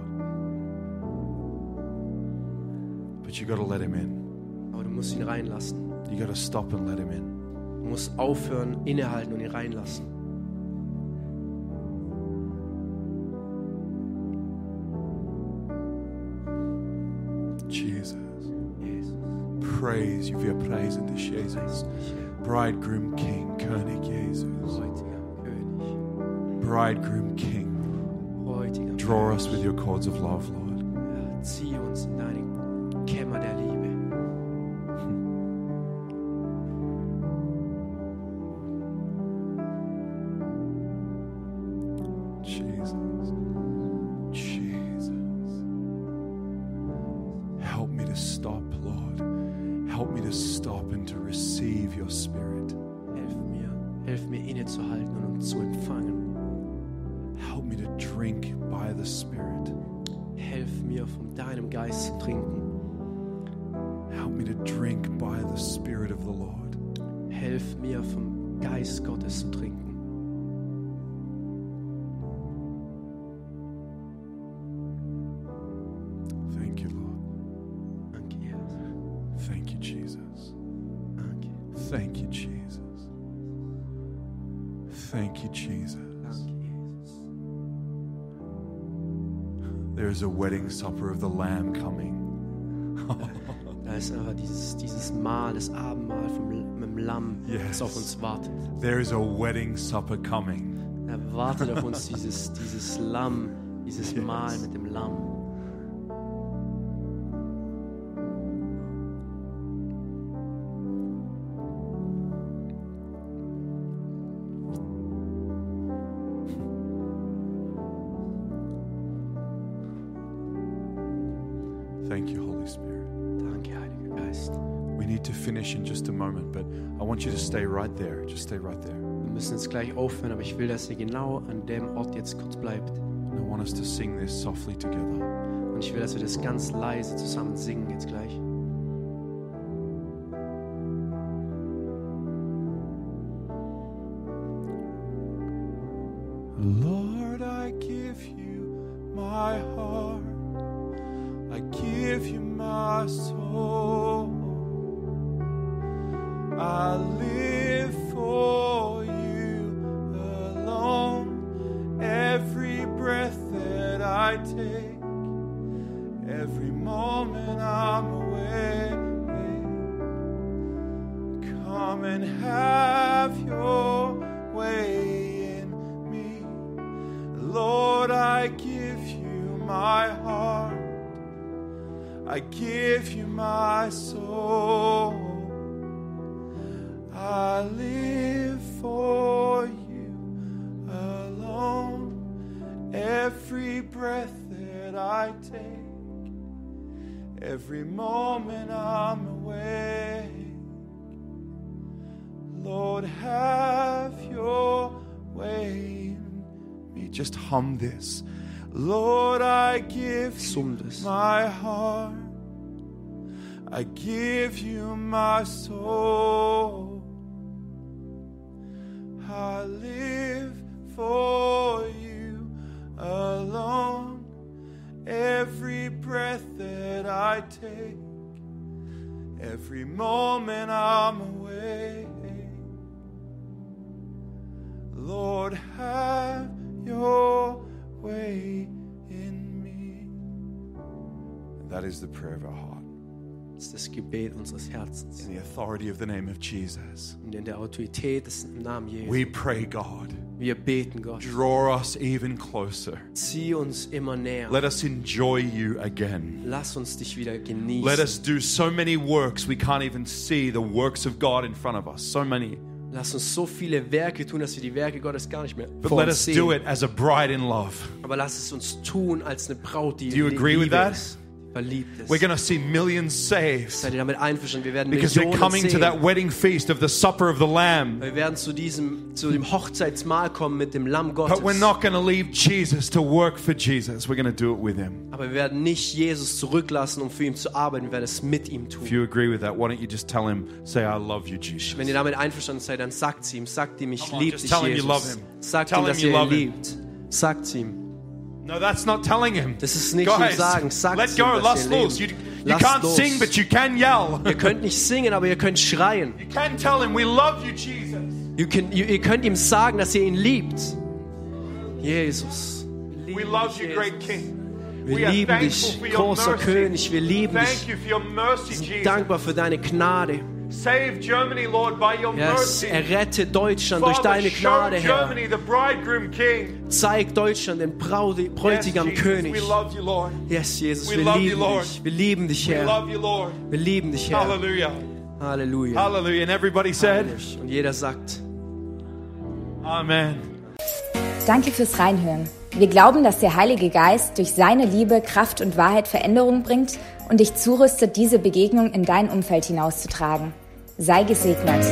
S3: But you got to let Him in.
S4: Aber du musst ihn reinlassen.
S3: You got to stop and let Him in.
S4: Du musst aufhören, innehalten und ihn reinlassen.
S3: Jesus.
S4: Jesus.
S3: praise you. Wir preisen dich, Jesus. Bridegroom King, König Jesus.
S4: Heutiger König,
S3: Bridegroom King,
S4: heutiger
S3: draw us with your cords of love, Lord.
S4: König, zieh uns in deine Kämmer der Liebe.
S3: Jesus. Jesus. Help me to stop, Lord. Help me to stop and to receive your spirit.
S4: Hilf mir, hilf mir innezuhalten und um zu empfangen.
S3: Help me to drink by the spirit.
S4: Hilf mir, von deinem Geist zu trinken.
S3: Help me to drink by the spirit of the Lord.
S4: Hilf mir, vom Geist Gottes zu trinken.
S3: Thank you, Lord.
S4: Danke, Jesus.
S3: Thank you, Jesus.
S4: Danke,
S3: Thank you, Jesus. Thank you, Jesus.
S4: danke, Jesus.
S3: There is a wedding supper of the Lamb coming.
S4: Da ist einfach dieses, dieses Mahl, das Abendmahl vom, L- mit dem Lamm,
S3: Yes.
S4: das auf uns wartet.
S3: There is a wedding supper coming.
S4: Da wartet auf uns dieses, dieses Lamm, dieses
S3: Yes.
S4: Mahl mit dem Lamm.
S3: Thank you, Holy Spirit.
S4: Danke, Heiliger Geist.
S3: We need to finish in just a moment, but I want you to stay right there. Just stay right there. And
S4: Wir müssen jetzt gleich aufhören, aber ich will, dass ihr genau an dem Ort jetzt kurz bleibt.
S3: I want us to sing this softly together.
S4: Und ich will, dass wir das ganz leise zusammen singen jetzt gleich.
S3: Lord, I give you my heart. I give you my soul. I live for you alone. Every breath that I take, every moment I'm awake. Come and have your way in me. Lord, I give you my heart. I give you my soul. I live for you alone. Every breath that I take, every moment I'm awake. Lord, have your way in me. Just hum this. Lord, I give
S4: Summ das.
S3: my heart. I give you my soul. I live for you alone. Every breath that I take, every moment I'm awake. Lord, have your way in me. That is the prayer of our heart.
S4: Das ist das Gebet unseres Herzens.
S3: In the authority of the name of Jesus,
S4: Und in der Autorität des im Namen Jesu.
S3: we pray, God,
S4: Wir beten Gott.
S3: draw us even closer.
S4: Zieh uns immer näher.
S3: Let us enjoy you again.
S4: Lass uns dich wieder
S3: Let us
S4: genießen.
S3: do so many works we can't even see the works of God in front of us. So many.
S4: Lass uns so viele Werke tun, dass wir die Werke Gottes gar nicht mehr
S3: But
S4: vor
S3: let
S4: uns
S3: us do
S4: sehen.
S3: it as a bride in love.
S4: Aber lass es uns tun als eine Braut, die
S3: Do you
S4: in
S3: agree with
S4: Liebe
S3: that?
S4: ist, die verliebt ist.
S3: We're going to see millions saved
S4: Seid ihr damit einverstanden? Wir werden
S3: because they're
S4: Millionen
S3: coming to
S4: sehen.
S3: that wedding feast of the supper of the Lamb.
S4: Wir werden zu diesem, zu dem Hochzeitsmahl kommen mit dem Lamm Gottes.
S3: But we're not going to leave Jesus to work for Jesus. We're going to do it with him.
S4: Aber wir werden nicht Jesus zurücklassen, um für ihn zu arbeiten. Wir werden es mit ihm tun.
S3: If you agree with that, why don't you just tell him, say, I love you, Jesus.
S4: Wenn ihr damit einverstanden seid, dann sagt ihm, sagt ihm, ich
S3: Come on,
S4: liebe
S3: just
S4: dich,
S3: tell him you
S4: Jesus.
S3: love him.
S4: Sagt
S3: Tell
S4: ihm, dass
S3: him you
S4: ihr ihn
S3: love him.
S4: liebt. Sagt ihm.
S3: No, that's not telling him.
S4: Das ist nicht ihm sagen. Sag's
S3: let
S4: ihm,
S3: go,
S4: dass
S3: lass
S4: ihr
S3: los. You,
S4: lebt.
S3: you
S4: Lasst
S3: can't
S4: los.
S3: sing, but you can yell.
S4: Ihr könnt nicht singen, aber ihr könnt schreien.
S3: You can tell him, we love you, Jesus.
S4: You can, you, ihr könnt ihm sagen, dass ihr ihn liebt. Jesus.
S3: We love you, great King. We
S4: Wir
S3: are
S4: lieben
S3: thankful
S4: dich,
S3: for your
S4: großer
S3: mercy.
S4: König, wir lieben
S3: Thank
S4: dich.
S3: you for your mercy, Jesus.
S4: Dankbar für deine Gnade.
S3: Save Germany, Lord, by your
S4: Yes.
S3: mercy.
S4: Errette Deutschland durch
S3: Father,
S4: deine
S3: show
S4: Gnade, Herr.
S3: Germany, the bridegroom king.
S4: Zeig Deutschland den Braudi-
S3: Yes,
S4: Bräutigam
S3: Jesus, We
S4: König.
S3: love you, Lord.
S4: Yes, Jesus,
S3: We
S4: wir
S3: love you,
S4: lieben
S3: Lord.
S4: dich. Wir lieben dich,
S3: We
S4: Herr.
S3: love you, Lord.
S4: Wir lieben dich, Herr.
S3: Hallelujah.
S4: Halleluja.
S3: Hallelujah. And everybody said,
S4: Und jeder sagt,
S3: Amen.
S1: Danke fürs Reinhören. Wir glauben, dass der Heilige Geist durch seine Liebe, Kraft und Wahrheit Veränderung bringt und dich zurüstet, diese Begegnung in dein Umfeld hinauszutragen. Sei gesegnet.